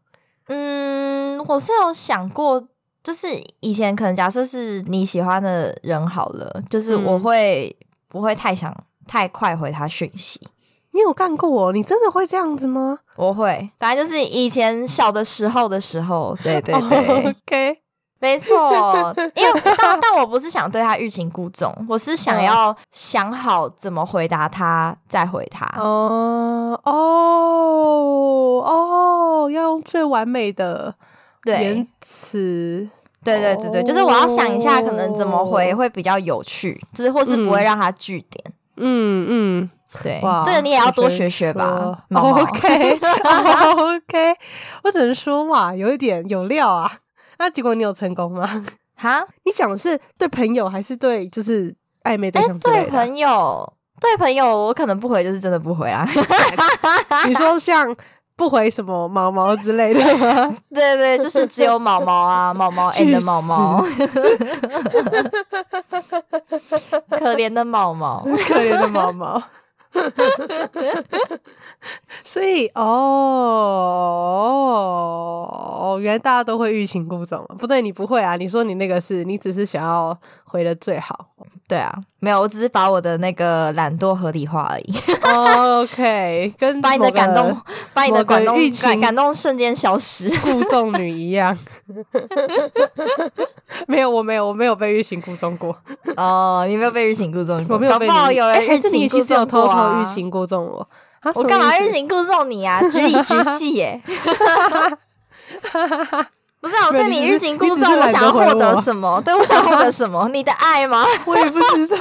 S5: 嗯，我是有想过，就是以前可能假设是你喜欢的人好了，就是
S4: 嗯
S5: 我会不会太想太快回他讯息？
S4: 你有干过哦？你真的会这样子吗？
S5: 我会，反正就是以前小的时候的时候，对对对
S4: o，k
S5: 没 错。因为但但我不是想对他欲擒故纵，我是想
S4: 嗯
S5: 要想好怎么回答他，再回他。
S4: 哦哦哦，要用最完美的
S5: 对
S4: 言辞，
S5: 对对对对，就是我要想一下，可能怎么回
S4: 哦
S5: 会比较有趣，就是或是不会
S4: 嗯
S5: 让他据点。
S4: 嗯嗯，
S5: 对
S4: 哇，
S5: 这个你也要多
S4: 我只
S5: 学
S4: 能
S5: 学吧
S4: 说，
S5: 毛毛
S4: 哦 OK OK，我只能说嘛，有一点有料啊。那结果你有成功吗？
S5: 哈，
S4: 你讲的是对朋友还是对就是暧昧对
S5: 哎
S4: 象之
S5: 对
S4: 类的？
S5: 朋友，对朋友，我可能不回就是真的不 回啊。
S4: 你说像不回什么毛毛之类的 吗？
S5: 对对，就是只有毛毛 啊，毛毛
S4: 去
S5: and 毛毛， 可怜的毛毛。
S4: 可怜的毛 毛。所以哦哦，原来大家都会欲擒故纵了。不对，你不会啊！你说你那个是你只是想要回的最好。
S5: 对啊，没有，我只是把我的那个懒惰合理化 而已，
S4: OK，跟
S5: 哦把你的
S4: 某个
S5: 感动，把你的
S4: 某个
S5: 感动
S4: 欲
S5: 感
S4: 擒
S5: 感动瞬间消失。
S4: 故纵女一样。 没有，我没有，我没有被欲擒故纵过。
S5: 哦，你没有被欲擒故纵过，
S4: 我没有
S5: 搞
S4: 被
S5: 不好
S4: 你
S5: 有
S4: 哎
S5: 人
S4: 还
S5: 欲
S4: 是你
S5: 擒故
S4: 其实有
S5: 纵
S4: 偷
S5: 过
S4: 偷
S5: 啊
S4: 欲擒故纵我。啊
S5: 我干嘛欲？
S4: 什么意思
S5: 擒故纵你啊？局里局气 耶、不是啊，我对你欲擒故
S4: 没有你只是
S5: 纵，我
S4: 你只是懒
S5: 想要
S4: 得回
S5: 获
S4: 我
S5: 得什么？对我想
S4: 啊
S5: 获得什么？你的爱吗？
S4: 我也不知道，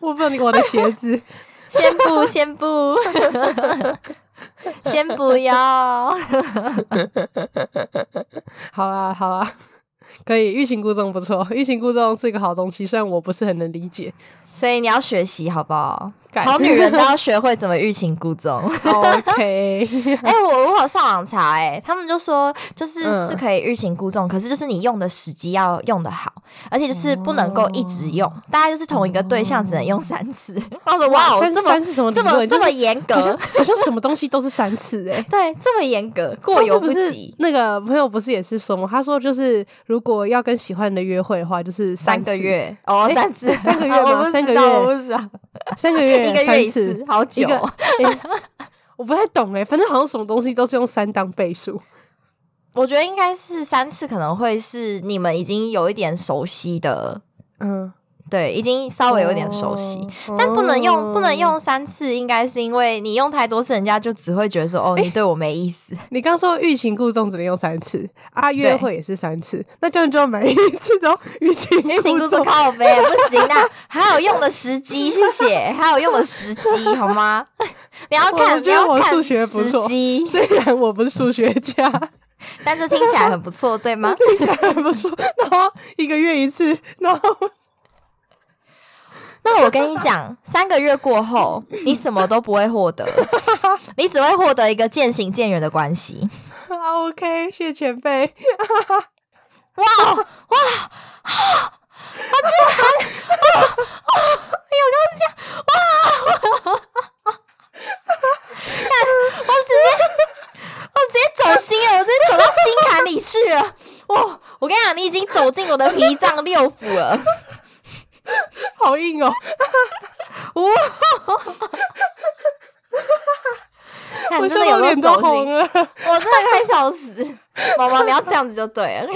S4: 我不我的鞋子。
S5: 先不，先不，先不要。
S4: 好啦，好啦， 可以欲擒故纵不错，欲擒故纵是一个好东西，虽然我不是很能理解。
S5: 所以你要学习好不好？
S4: 改
S5: 好女人都要学会怎么欲擒 故纵。
S4: OK，
S5: 哎、我我有上网查、哎，他们就说就是
S4: 嗯
S5: 是可以欲擒故纵，可是就是你用的时机要用的好，而且就是不能够一直
S4: 哦
S5: 用，大概就是同一个对象只能用三次。 然后我说哇 哦，
S4: 三
S5: 这
S4: 三
S5: 么
S4: 是什么理
S5: 这么
S4: 论？
S5: 这
S4: 就
S5: 么
S4: 是
S5: 严
S4: 好像
S5: 格，
S4: 好像什么东西都是三次哎。
S5: 对，这么严格， 过犹
S4: 上
S5: 不
S4: 次是
S5: 及。
S4: 那个朋友不是也是说吗？他说就是如果要跟喜欢的约会的话，就是
S5: 三
S4: 次
S5: 个，月哦，
S4: 哎
S5: 三次，
S4: 三个月吗
S5: 我不
S4: 三
S5: 知
S4: 个
S5: 道，
S4: 月
S5: 我不知道，
S4: 三个
S5: 一
S4: 月
S5: 个
S4: 三
S5: 月一
S4: 次
S5: 次，，好久
S4: 一。 个。哎我不太懂哎、反正好像什么东西都是用三当倍数。
S5: 我觉得应该是三次，可能会是你们已经有一点熟悉的，
S4: 嗯，
S5: 对，已经稍微有一点熟悉。
S4: 哦
S5: 但不能用，不能。用三次，应该是因为你用太多次，人家就只会觉得说，
S4: 哎
S5: 哦，你对我没意思。
S4: 你刚说欲擒故纵只能用三次啊，约会也是三次，那这样就要每一次都欲擒
S5: 欲擒故
S4: 故
S5: 纵
S4: 纵。
S5: 靠啊呗，不行啦，还有用的时机，谢谢，还有用的时机，好吗？你要看，
S4: 我觉得
S5: 你要
S4: 我
S5: 看
S4: 数学不错
S5: 时机，
S4: 虽然我不是数学 家，
S5: 但是听起来很不错，对吗？
S4: 听起来很不错。然后一个月一次，然后
S5: 那我跟你讲，三个月过后，你什么都不会获得，你只会获得一个渐行渐远的关系。
S4: 啊 OK，谢谢前辈。
S5: 哇哇！我居然，哇！我哦直接，我直接走心了，我直接走到心坎里去了。 哇！我跟你讲，你已经走进我的脾脏六 腑了。
S4: 好硬哦！
S5: 哇！ 看
S4: 我
S5: 真
S4: 笑
S5: 的有
S4: 到
S5: 没有
S4: 脸都
S5: 走
S4: 红
S5: 心？
S4: 了。
S5: 我真的快笑死！ 毛毛，你要这样子就对了。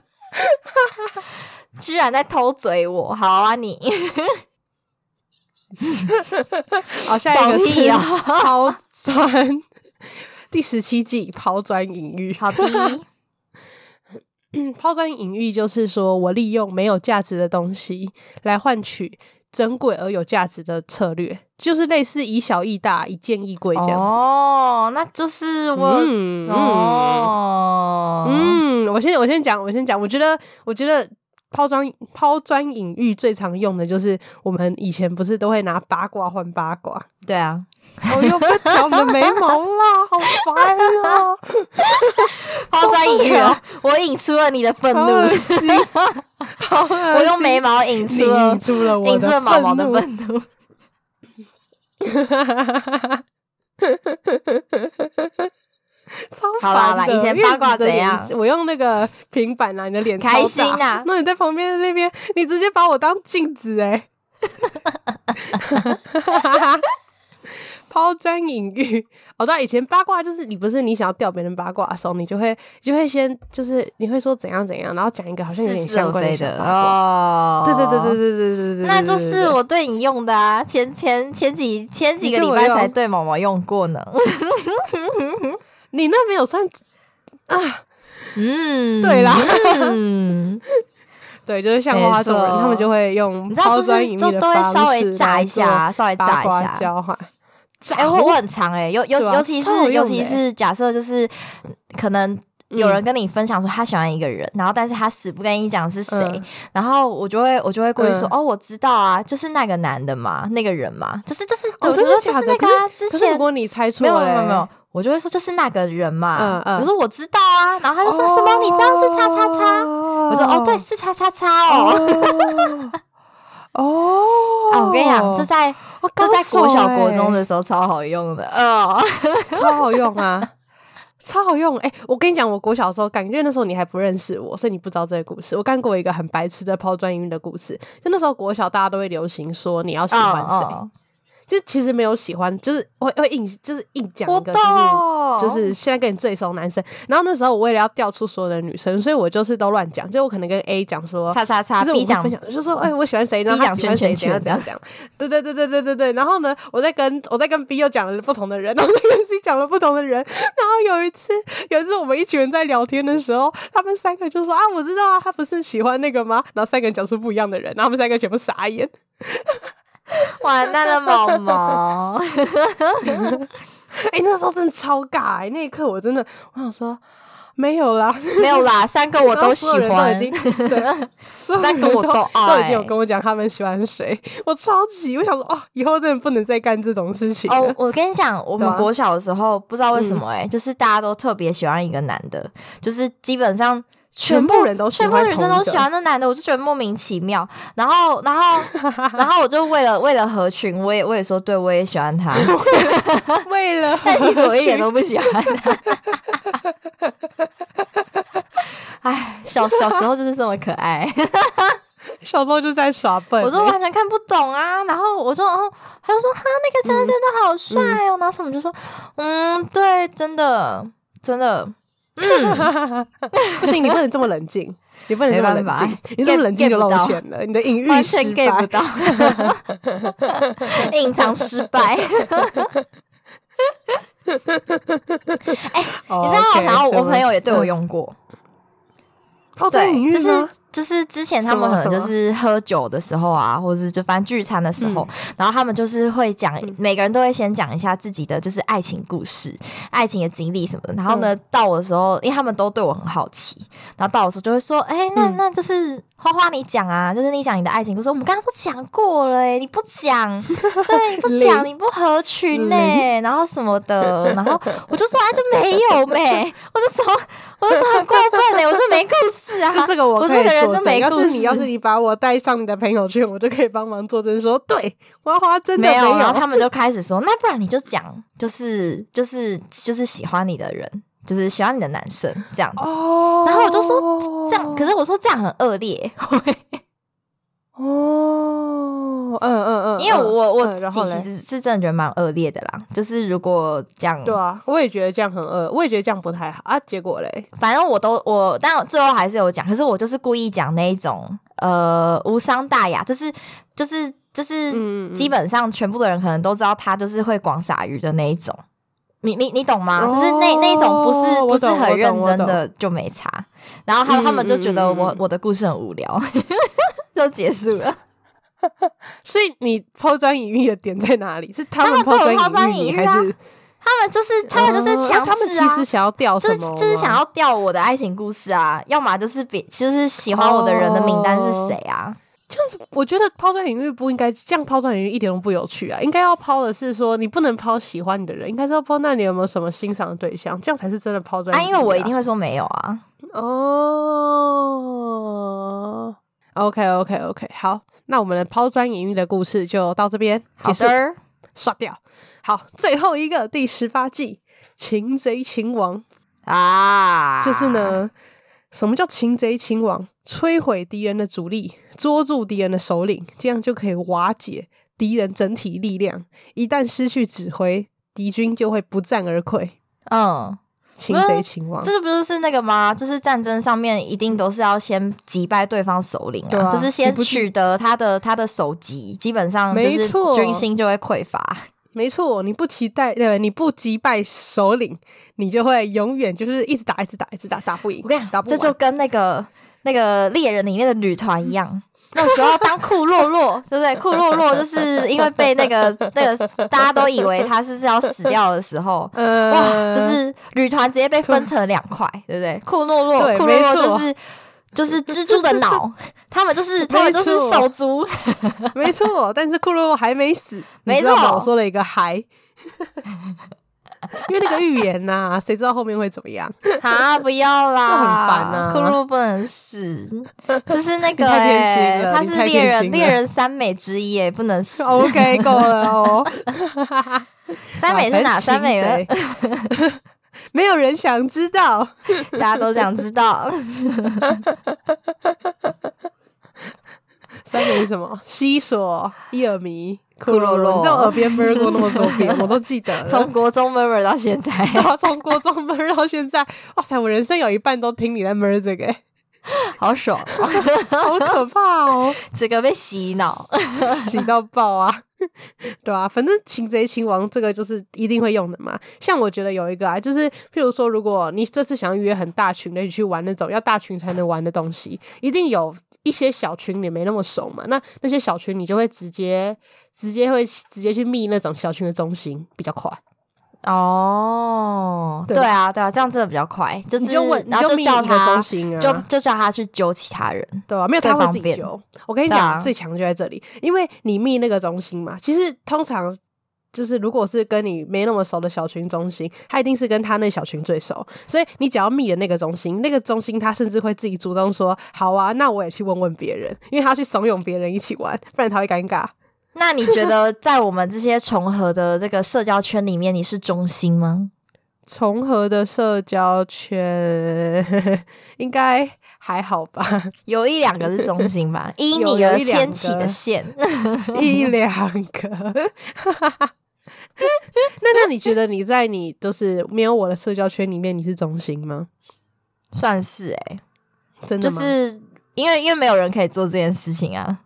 S5: 居然在偷嘴我，好啊你！
S4: 好，下一个
S5: 小屁
S4: 是
S5: 啊
S4: 抛砖，第十七季抛砖引玉。
S5: 好的，
S4: 嗯抛砖引玉就是说我利用没有价值的东西来换取珍贵而有价值的策略，就是类似以小易大，以见一贵这样子。
S5: 哦，那就是我、
S4: 嗯嗯
S5: 哦，
S4: 嗯，我先我先讲，我先讲，我觉得我觉得。抛砖抛砖引玉最常用的就是我们以前不是都会拿八卦换八卦，
S5: 对啊，
S4: 我又不挑你的眉毛啦，好烦 哦、
S5: 抛砖引玉
S4: 受
S5: 了，哦我引出了你的愤
S4: 好
S5: 怒，
S4: 恶心，啊好恶心！
S5: 我用眉毛引
S4: 你
S5: 出了
S4: 引出了我
S5: 引出了
S4: 的
S5: 毛毛的
S4: 怒。
S5: 愤怒。
S4: 超
S5: 好啦
S4: 烦
S5: 啦
S4: 的
S5: 以前
S4: 因为
S5: 八卦
S4: 你的
S5: 怎
S4: 脸
S5: 样
S4: 我用那个平板啊，你的脸
S5: 开
S4: 超大
S5: 心啊
S4: 那你在旁边那边，你直接把我当镜子哎、欸，抛砖引玉。哦，对啊，以前八卦就是你不是你想要钓别人八卦的时候，你就会你就会先就是你会说怎样怎样，然后讲一个好像有
S5: 似
S4: 点
S5: 是
S4: 相
S5: 而
S4: 关
S5: 非
S4: 小
S5: 的
S4: 八卦。
S5: 哦，
S4: 对对对对对对对对对，
S5: 那就是
S4: 对
S5: 我对你用的啊，前前前几前几个礼拜才对毛毛用过呢。
S4: 你那边有算啊？
S5: 嗯，
S4: 对啦
S5: 嗯，
S4: 对，就是像花花这种人
S5: 没，错
S4: 他们就会用
S5: 你知道
S4: 抛
S5: 就
S4: 砖引
S5: 是
S4: 玉
S5: 都
S4: 的
S5: 都会
S4: 方式
S5: 稍微炸一下
S4: 来
S5: 啊，稍微
S4: 做八
S5: 炸一
S4: 卦
S5: 下。
S4: 交换。炸哦
S5: 哎，我我很长哎，尤尤
S4: 对啊
S5: 尤其
S4: 超有
S5: 是尤
S4: 用的欸
S5: 其是假设就是可能有人跟你分享说他喜欢一个人，然后但是他死不跟你讲是谁，
S4: 嗯
S5: 然后我就会我就会故意说、
S4: 嗯
S5: 哦，我知道啊，就是那个男的嘛，那个人嘛，就是就是，
S4: 哦，
S5: 我觉
S4: 真的
S5: 得就
S4: 假
S5: 是
S4: 的？
S5: 那个、
S4: 可
S5: 啊、
S4: 是
S5: 之
S4: 可是
S5: 前
S4: 如果你猜错，欸
S5: 没有没有没有，，我就会说就是那个人嘛，
S4: 嗯嗯哦
S5: 我说我知道啊，然后他就说什么、你知道是叉叉叉，我
S4: 我
S5: 说哦对是叉叉叉哦，
S4: 哦。 哦
S5: 啊我跟你讲这在
S4: 哇
S5: 这在国小
S4: 高手欸欸
S5: 国中的时候超好用的，哦，
S4: 超好用啊，超好用！哎、我跟你讲，我国小的时候，感觉那时候你还不认识我，所以你不知道这个故事。我干过一个很白痴的抛砖引玉的故事，就那时候国小大家都会流行说你要喜欢谁，
S5: 嗯
S4: 就其实没有喜欢，就是会会硬就是硬讲
S5: 我
S4: 一个，
S5: 懂
S4: 就是。就是现在跟你最熟男生，然后那时候我为了要调出所有的女生，所以我就是都乱讲，就我可能跟 A 讲说
S5: 叉叉叉
S4: 就是我
S5: B
S4: 会
S5: 讲
S4: 分享，就说哎、我喜欢谁，然后
S5: B
S4: 他喜欢谁，
S5: 讲
S4: 怎
S5: 圈圈
S4: 样
S5: 圈
S4: 怎样怎样。对对对对对对对。然后呢，我在跟我在跟 B 又讲了不同的人， 然后再跟 C 讲了不同的人。然后有一次，有一次我们一群人在聊天的时候，他们三个就说啊，我知道啊，他不是喜欢那个吗？然后三个人讲出不一样的人，然后他们三个全部傻眼。
S5: 完蛋了 毛毛，
S4: 哎、那时候真的超尬、哎那一刻我真的，我想说没有啦，
S5: 没有啦，三个哦我都喜
S4: 所有人
S5: 欢
S4: 都已。 经，对，所有人
S5: 三个我
S4: 都
S5: 都爱
S4: 都已经有跟我讲他们喜欢谁，我超级，我想说，哦，以后真的不能再干这种事情了
S5: 哦，。我跟你讲，我
S4: 对
S5: 们
S4: 啊嗯
S5: 国小的时候不知道为什么哎、就是大家都特别喜欢一个男的，就是基本上全
S4: 全部人都喜
S5: 全
S4: 欢
S5: 部女生
S4: 同一
S5: 都
S4: 个
S5: 喜欢那男的，我就觉得莫名其妙。然后，然后，然后我就为了为了合群，我也我也说对我也喜 欢他，
S4: 为了，
S5: 哦 但其实我一点都不喜欢他。哎，小小时候就是这么可爱。
S4: 小时候就在耍笨、欸
S5: 我说完全看不懂啊，然后我说哦，他就说哈，那个真的真的好帅哦，然后什么就说嗯，对，真的真的
S4: 不行，你不能这么冷静， 你不能这么
S5: 没
S4: 冷
S5: 办法
S4: 静，你这么冷静
S5: get-
S4: 就
S5: get 不
S4: 露
S5: 到
S4: 馅了，你的隐喻
S5: 完
S4: 失
S5: 全
S4: 败
S5: get 不到，隐藏失败。哎、
S4: 哦
S5: 你知道，我
S4: OK，
S5: 想要
S4: 所以们
S5: 我
S4: 嗯
S5: 朋友也对我用过，
S4: 抛砖引
S5: 对，
S4: 玉
S5: 就是
S4: 吗？
S5: 就是之前他们可能就是喝酒的时候啊，或者是就反正聚餐的时候，然后他们就是会讲，每个人都会先讲一下自己的就是爱情故事、爱情的经历什么的。然后呢，到我的时候，因为他们都对我很好奇，然后到我的时候就会说：“哎、那那就是花花，你讲啊，就是你讲你的爱情故事。我们刚刚都讲过了、欸，你不讲，对，你不讲，你不合群呢、然后什么的，然后我就说啊，就没有呗，我就说，我就说很过分欸呢、我就没故事啊，
S4: 这这个
S5: 我
S4: 可以
S5: 这个
S4: 作
S5: 人就
S4: 证
S5: 没
S4: 要
S5: 故
S4: 是
S5: 事。
S4: 你要是你把我带上你的朋友圈，我就可以帮忙作证说，对，花花真的
S5: 没有，
S4: 有。
S5: 然后他们就开始说，那不然你就讲，就是就是就是喜欢你的人，就是喜欢你的男生这样子。
S4: 哦，
S5: 然后我就 说这样，可是我说这样很恶劣，
S4: 哦，嗯嗯嗯，
S5: 因为
S4: 嗯
S5: 我我
S4: 嗯
S5: 自
S4: 然
S5: 己
S4: 后
S5: 其
S4: 嘞
S5: 实是真的觉得蛮恶劣的啦。就是如果这样，
S4: 对啊，我也觉得这样很恶，我也觉得这样不太好啊。结果嘞，
S5: 反正我都我，但我最后还是有讲，可是我就是故意讲那一种呃无伤大雅，就是就是就是、
S4: 嗯嗯嗯
S5: 基本上全部的人可能都知道他就是会广撒鱼的那一种。你你你懂吗？
S4: 哦
S5: 就是那那一种不是不
S4: 我
S5: 是
S4: 懂
S5: 很认真
S4: 我懂
S5: 的就没差，然后他们
S4: 嗯
S5: 他们就觉得我
S4: 嗯嗯嗯
S5: 我的故事很无聊， 就结束了。
S4: 所以你抛砖引玉的点在哪里？是他
S5: 他们
S4: 们
S5: 对我抛
S4: 抛
S5: 砖
S4: 砖引
S5: 引玉
S4: 玉你
S5: 啊
S4: 还是
S5: 他们就是他们就是
S4: 哦
S5: 强
S4: 那他们
S5: 制啊，
S4: 其实想要掉什
S5: 就是
S4: 么
S5: 就是想
S4: 吗
S5: 要调我的爱情故事啊，要么就是别就是喜欢我的人的名单是谁啊？
S4: 这样子，我觉得抛砖引玉不应该这样，抛砖引玉一点都不有趣啊！应该要抛的是说，你不能抛喜欢你的人，应该是要抛那你有没有什么欣赏的对象，这样才是真的抛砖
S5: 啊，
S4: 引
S5: 因
S4: 玉
S5: 为我一定会说没有啊。
S4: 哦。OK OK OK，好，那我们的抛砖引玉的故事就到这边
S5: 好
S4: 结束，
S5: 的，
S4: 刷掉。好，最后一个第十八季《擒贼擒王》。
S5: 啊，
S4: 就是，呢，什么叫擒贼擒王？摧毁敌人的主力，捉住敌人的首领，这样就可以瓦解敌人整体力量。一旦失去指挥，敌军就会不战而溃。
S5: 嗯，
S4: 擒贼擒王，
S5: 这不就是那个吗？就是战争上面一定都是要先击败对方首领
S4: 对
S5: 啊，
S4: 啊
S5: 就是先
S4: 你不
S5: 取得他的他的首级，基本上就
S4: 没
S5: 是
S4: 错
S5: 军心就会匮乏。
S4: 没错，你不期待，对，你不击败首领，你就会永远就是一直打，一直打，一直打，打不赢
S5: 我跟你。
S4: 打
S5: 讲，
S4: 不
S5: 这就
S4: 完
S5: 跟那个那个猎人里面的女团一 样。那时候当库洛洛，对不对？库洛洛就是因为被那个那个大家都以为他是是要死掉的时候，
S4: 呃
S5: 哇，就是旅团直接被分成两块，对 不对？库洛洛，
S4: 对
S5: 库洛洛
S4: 没错
S5: 就是就是蜘蛛的脑， 他们就是他们就是
S4: 没错
S5: 手 足，
S4: 没错，但是库洛洛还没死，
S5: 没
S4: 你知道吗
S5: 错
S4: 我说了一个还， 因为那个预言呐、谁知道后面会怎么 样？
S5: 啊，不要啦，
S4: 就很烦啊
S5: 库洛不能死，就是那 个、
S4: 你太偏心
S5: 欸，
S4: 了
S5: 他
S4: 你
S5: 是
S4: 太
S5: 猎
S4: 偏
S5: 人
S4: 心了
S5: 猎人三美之一、欸，不能死。
S4: OK，够了哦。
S5: 三美是哪？三美啊
S4: 人， 没有人想知道。
S5: 大家都想知道。
S4: 三美是什么？西索、伊尔弥、库洛
S5: 洛洛
S4: 洛，你在我耳边闷过那么多 遍，我都记得了。
S5: 从国中 murmur 到 现在，
S4: 然后从国中闷到现在，哇塞！我人生有一半都听你在闷这个、欸
S5: 好爽哦、
S4: 好可怕哦，
S5: 整个被洗脑。
S4: 洗到爆啊！对啊，反正擒贼擒王这个就是一定会用的嘛。像我觉得有一个啊，就是譬如说，如果你这次想要约很大群的去玩那种要大群才能玩的东西，一定有一些小群你没那么熟嘛。那那些小群你就会直接直接会直接去密那种小群的中心比较快，
S5: 哦，对啊，对啊，这样真的比较快，就是
S4: 你就问你
S5: 然
S4: 就
S5: 后就
S4: 密
S5: 叫
S4: 一个
S5: 他
S4: 中，心啊，
S5: 就就叫他去揪其他人。
S4: 对啊，没有
S5: 最
S4: 他会
S5: 方
S4: 自己
S5: 便
S4: 揪。我跟你
S5: 对
S4: 讲，
S5: 啊
S4: 最强就在这里，因为你密那个中心嘛，其实通常。就是如果是跟你没那么熟的小群中心，他一定是跟他那小群最熟，所以你只要密的那个中心，那个中心他甚至会自己主动说：“好啊，那我也去问问别人，因为他要去怂恿别人一起玩，不然他会尴尬。
S5: 那你觉 得在我们这些重合的这个社交圈里面，你是中心吗？”
S4: 重合的社交圈 应该还好吧，
S5: 有一两个是中心吧，依
S4: 有
S5: 你
S4: 有
S5: 而
S4: 一两
S5: 牵起的
S4: 个
S5: 线。
S4: 一两个。 那那你觉得你在你就是没有我的社交圈里面你是中心吗？
S5: 算是哎、
S4: 真的
S5: 就
S4: 吗？
S5: 是因为因为没有人可以做这件事情啊。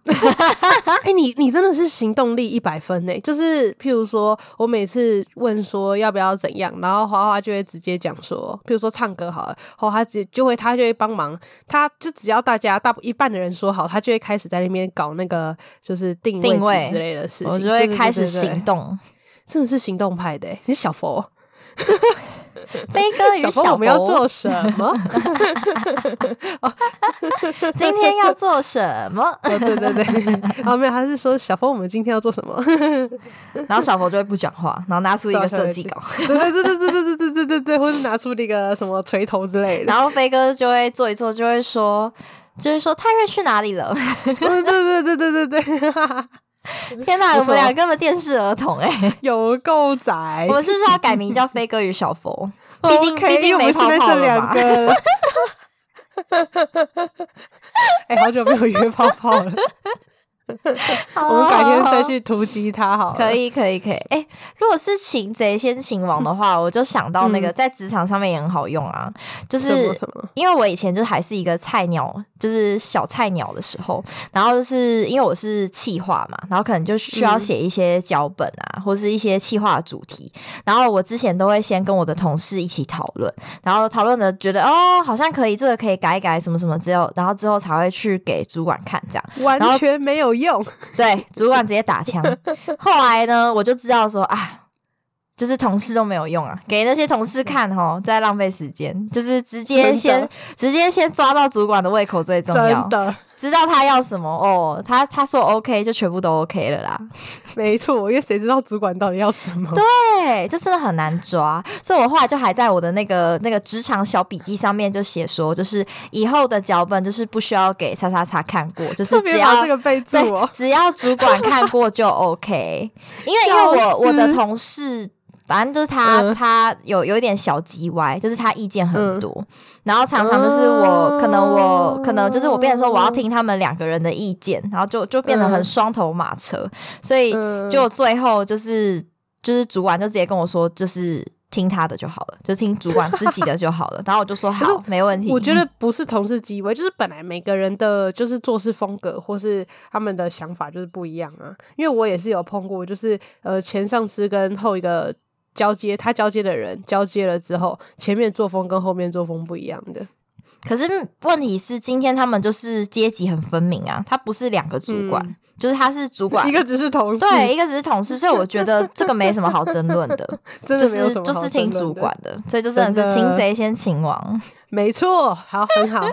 S4: 哎、你你真的是行动力一百分呢、就是譬如说我每次问说要不要怎样，然后花花就会直接讲说，譬如说唱歌好了，花花直接就会他就会帮忙，他就只要大家大一半的人说好，他就会开始在那边搞那个就是定
S5: 定
S4: 位
S5: 位
S4: 置之类的事情，
S5: 我就
S4: 对
S5: 会
S4: 对
S5: 开始
S4: 对对对
S5: 行 动。
S4: 真的是行动派的、欸，你是小佛。
S5: 飞哥
S4: 小
S5: 与
S4: 佛，
S5: 小
S4: 我们要
S5: 博
S4: 做什 么？哦
S5: 今天要做什么？
S4: 哦，对对 对，哦，没有，他是说小峰，我们今天要做什么？
S5: 然后小佛就会不讲话，然后拿出一个设计稿，
S4: 对对对对对对对对对对对，或是拿出那个什么锤头之 类的。
S5: 然后飞哥就会做一做，就会说，就是说泰瑞去哪里了？
S4: 对对对对对对对，
S5: 天哪，
S4: 我
S5: 我们俩
S4: 说
S5: 根本电视儿童哎、
S4: 有够宅
S5: 我。们是不是要改名叫飞哥与小 佛？毕竟
S4: OK，
S5: 毕
S4: 因为
S5: 竟
S4: 哦我
S5: 没
S4: 们现
S5: 泡
S4: 在
S5: 泡
S4: 剩
S5: 了
S4: 两。
S5: 嘛
S4: 个 了。哎、好久没有约泡泡了，我们改天再去突击他好了。
S5: 哦可，以，可以，可以。哎、如果是擒贼先擒王的话，我就想到那个在职场上面也很好用啊，就
S4: 嗯什么
S5: 是
S4: 什么？
S5: 因为我以前就还是一个菜鸟，就是小菜鸟的时候，然后就是因为我是企划嘛，然后可能就需要写一些脚本啊，或是一些企划的主题，然后我之前都会先跟我的同事一起讨论，然后讨论的觉得哦，好像可以，这个可以改一改，什么什么之后，然后之后才会去给主管看这样。
S4: 完
S5: 然后
S4: 全没有用。
S5: 对，主管直接打枪。后来呢，我就知道说啊，就是同事都没有用啊，给那些同事看哦，在浪费时间，就是直接
S4: 真
S5: 先
S4: 的
S5: 直接先抓到主管的胃口最重要
S4: 真，的，
S5: 知道他要什么哦，他他说 OK 就全部都 OK 了啦。
S4: 没错，因为谁知道主管到底要什么？
S5: 对，啊这真的很难抓，所以我后来就还在我的那个那个职场小笔记上面就写说，就是以后的脚本就是不需要给叉叉叉看过，就是
S4: 特
S5: 只
S4: 别
S5: 要
S4: 把这个备注
S5: 啊对
S4: 哦，，
S5: 只要主 管看过就 OK。因为因为我我的同事，反正就是他、
S4: 嗯
S5: 他有有一点小叽歪，就是他意见很多，然后常常就是我、
S4: 嗯
S5: 可能我可能就是我变成说我要听他们两个人的意见，然后就就变得很
S4: 嗯
S5: 双头马车，所以
S4: 嗯
S5: 就最后就是就是主管就直接跟我说就是。听他的就好了，就听主管自己的就好了。然后我 就说好，没问题。
S4: 我觉得不是同事机会，就是本来每个人的就是做事风格或是他们的想法就是不一样啊。因为我也是有碰过，就是呃前上司跟后一个交接，他交接的人交接了之后，前面作风跟后面作风不一样的。
S5: 可是问题是，今天他们就是阶级很分明啊，他不是两个主管，
S4: 嗯
S5: 就是他是主 管
S4: 一。个只是同事，
S5: 对，一，个只是同事，所以我觉得这个没什么好争论的，
S4: 真
S5: 就
S4: 的没有
S5: 是
S4: 什么
S5: 就
S4: 好
S5: 是
S4: 争
S5: 听
S4: 论
S5: 主
S4: 的
S5: 管的，所以就真的
S4: 真
S5: 是擒
S4: 的
S5: 贼先擒王。
S4: 没错，好，很好。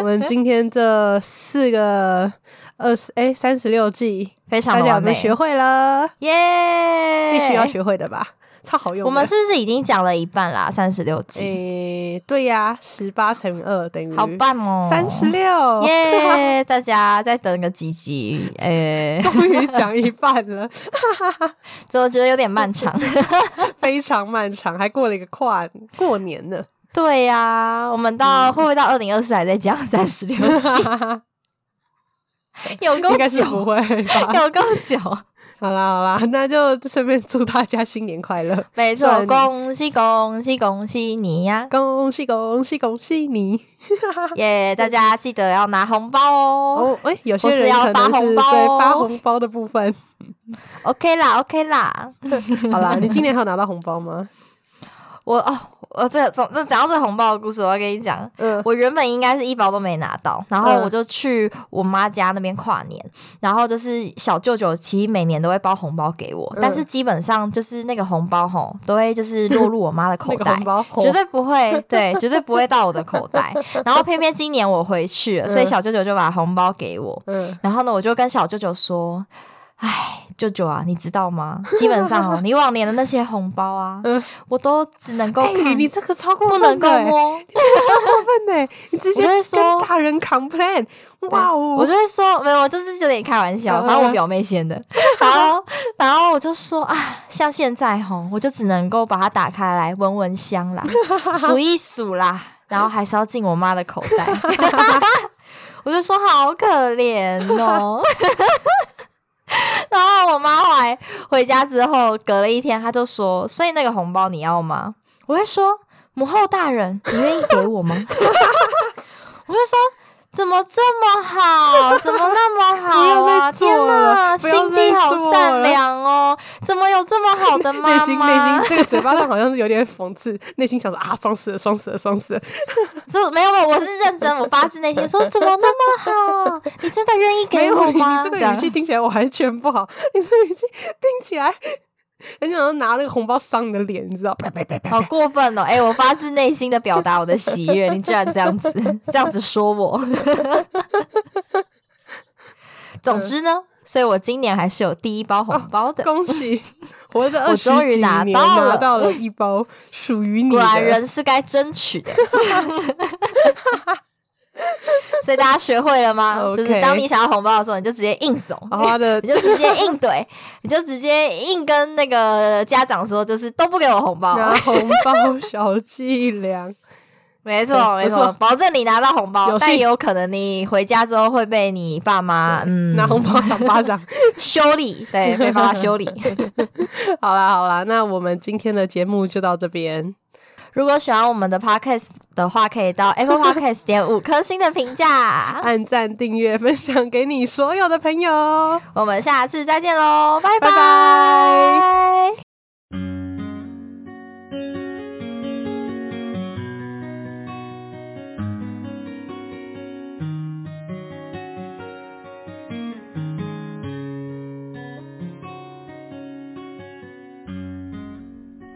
S4: 我们今天这四个二十哎三十六计，
S5: 非常
S4: 大
S5: 的
S4: 家有
S5: 完
S4: 没
S5: 美
S4: 有学会了？
S5: 耶！
S4: 必须要。学会的吧，超好用的。
S5: 我们是不是已经讲了一半啦？三十六集，
S4: 诶、对呀，十八乘以二等于
S5: 好棒哦！
S4: 哎三十六，
S5: 耶！大家再等个几集，哎，
S4: 终于讲一半了，
S5: 这我觉得有点漫长。
S4: 非常漫长，还过了一个跨过年呢。
S5: 对呀、我们到、会不会到二零二四还在讲三十六集？有够
S4: 应该是不
S5: 久，
S4: 会吧？
S5: 有够 久，
S4: 好啦 好啦，那就顺便祝大家新年快乐，
S5: 没错，
S4: 算
S5: 恭喜恭喜恭喜 你呀、
S4: 恭喜恭喜恭喜你！
S5: 耶、大家记得要拿红包哦。
S4: 哦，哎、有些
S5: 或是
S4: 人
S5: 要
S4: 可
S5: 发
S4: 能
S5: 红
S4: 是
S5: 包
S4: 对
S5: 哦
S4: 发红包的部 分。
S5: OK 啦，OK 啦，
S4: 好啦，你今年还有拿到红包吗？
S5: 我哦，我这总这讲到这红包的故事，我要跟你讲。
S4: 嗯，
S5: 我原本应该是一包都没拿到，然后
S4: 嗯
S5: 我就去我妈家那边跨年，然后就是小舅舅其实每年都会包红包给我，
S4: 嗯
S5: 但是基本上就是那个红包吼都会就是落入我妈的口
S4: 那个
S5: 袋
S4: 红。包红
S5: 绝对不会，对，绝对不会到我的口袋。然后偏偏今年我回去了，所以
S4: 嗯
S5: 小舅舅就把红包给我。
S4: 嗯，
S5: 然后呢，我就跟小舅舅说：“哎，舅舅啊，你知道吗？基本上哦，你往年的那些红包啊，我都只能够
S4: 嗯哎、
S5: 看，
S4: 你这个超过
S5: 不
S4: 分
S5: 能够
S4: 的欸
S5: 摸。”
S4: 过分呢、你直接
S5: 我就会
S4: 跟
S5: 说
S4: 大人 complain，哇哦！
S5: 我就会说没有，我就是有点开玩笑，
S4: 嗯
S5: 反正我表 妹先的。然后，然后我就说啊，像现在吼，我就只能够把它打开来闻闻香 啦，数一数啦，然后还是要进我妈的口 袋。 我就说好可怜哦。 然后我妈后来回家之后，隔了一天，她就说：“所以那个红包你要吗？” 我会说：“母后大人，你愿意给我吗？”我就说：“怎么这么好？怎么那么好
S4: 不要
S5: 啊？
S4: 再做
S5: 天哪，
S4: 了不要
S5: 心
S4: 再
S5: 地好
S4: 做
S5: 善
S4: 了
S5: 良哦！怎么有这么好的妈
S4: 内
S5: 妈？
S4: 心内心这个嘴巴上好像是有点讽刺，内心想说啊，双十了，双十了，双十了。
S5: 就没有没有，我是认真，我发自内心说，怎么那么好？你真的愿意
S4: 没
S5: 给
S4: 有
S5: 我
S4: 你，
S5: 吗？
S4: 你这个
S5: 样
S4: 语气听起来完全不好，你这个语气听起来很想要拿那个红包伤你的脸，你知道？啪啪 啪啪
S5: 好过分哦！哎、我发自内心的表达我的喜 悦，你居然这样子这样子说我。 总之呢，所以我今年还是有第一包红包的。
S4: 恭喜，活着
S5: 我
S4: 二十
S5: 终于
S4: 几年
S5: 拿
S4: 拿
S5: 到了
S4: 到了一包属于你
S5: 果然
S4: 的。
S5: 人是该争取的。 所以大家学会了吗
S4: OK 哦
S5: 就是当你想要红包的时候，你就直接硬怂。
S4: 好好的
S5: 你，就直接硬怼，你就直接硬跟那个家长说，就是都不给我红 包。
S4: 拿红包小伎俩，
S5: 没错，
S4: 对
S5: 没
S4: 不
S5: 错
S4: 错，
S5: 保证你拿到红包
S4: 有，
S5: 但
S4: 戏
S5: 也有可能你回家之后会被你爸妈嗯
S4: 拿红包赏巴掌。
S5: 修理，对，被爸妈 修理。
S4: 好啦好啦，那我们今天的节目就到这边。
S5: 如果喜欢我们的 podcast 的话，可以到 Apple Podcast 点五颗星的评价。
S4: 按赞、订阅、分享给你所有的朋友。
S5: 我们下次再见喽，拜
S4: 拜
S5: 拜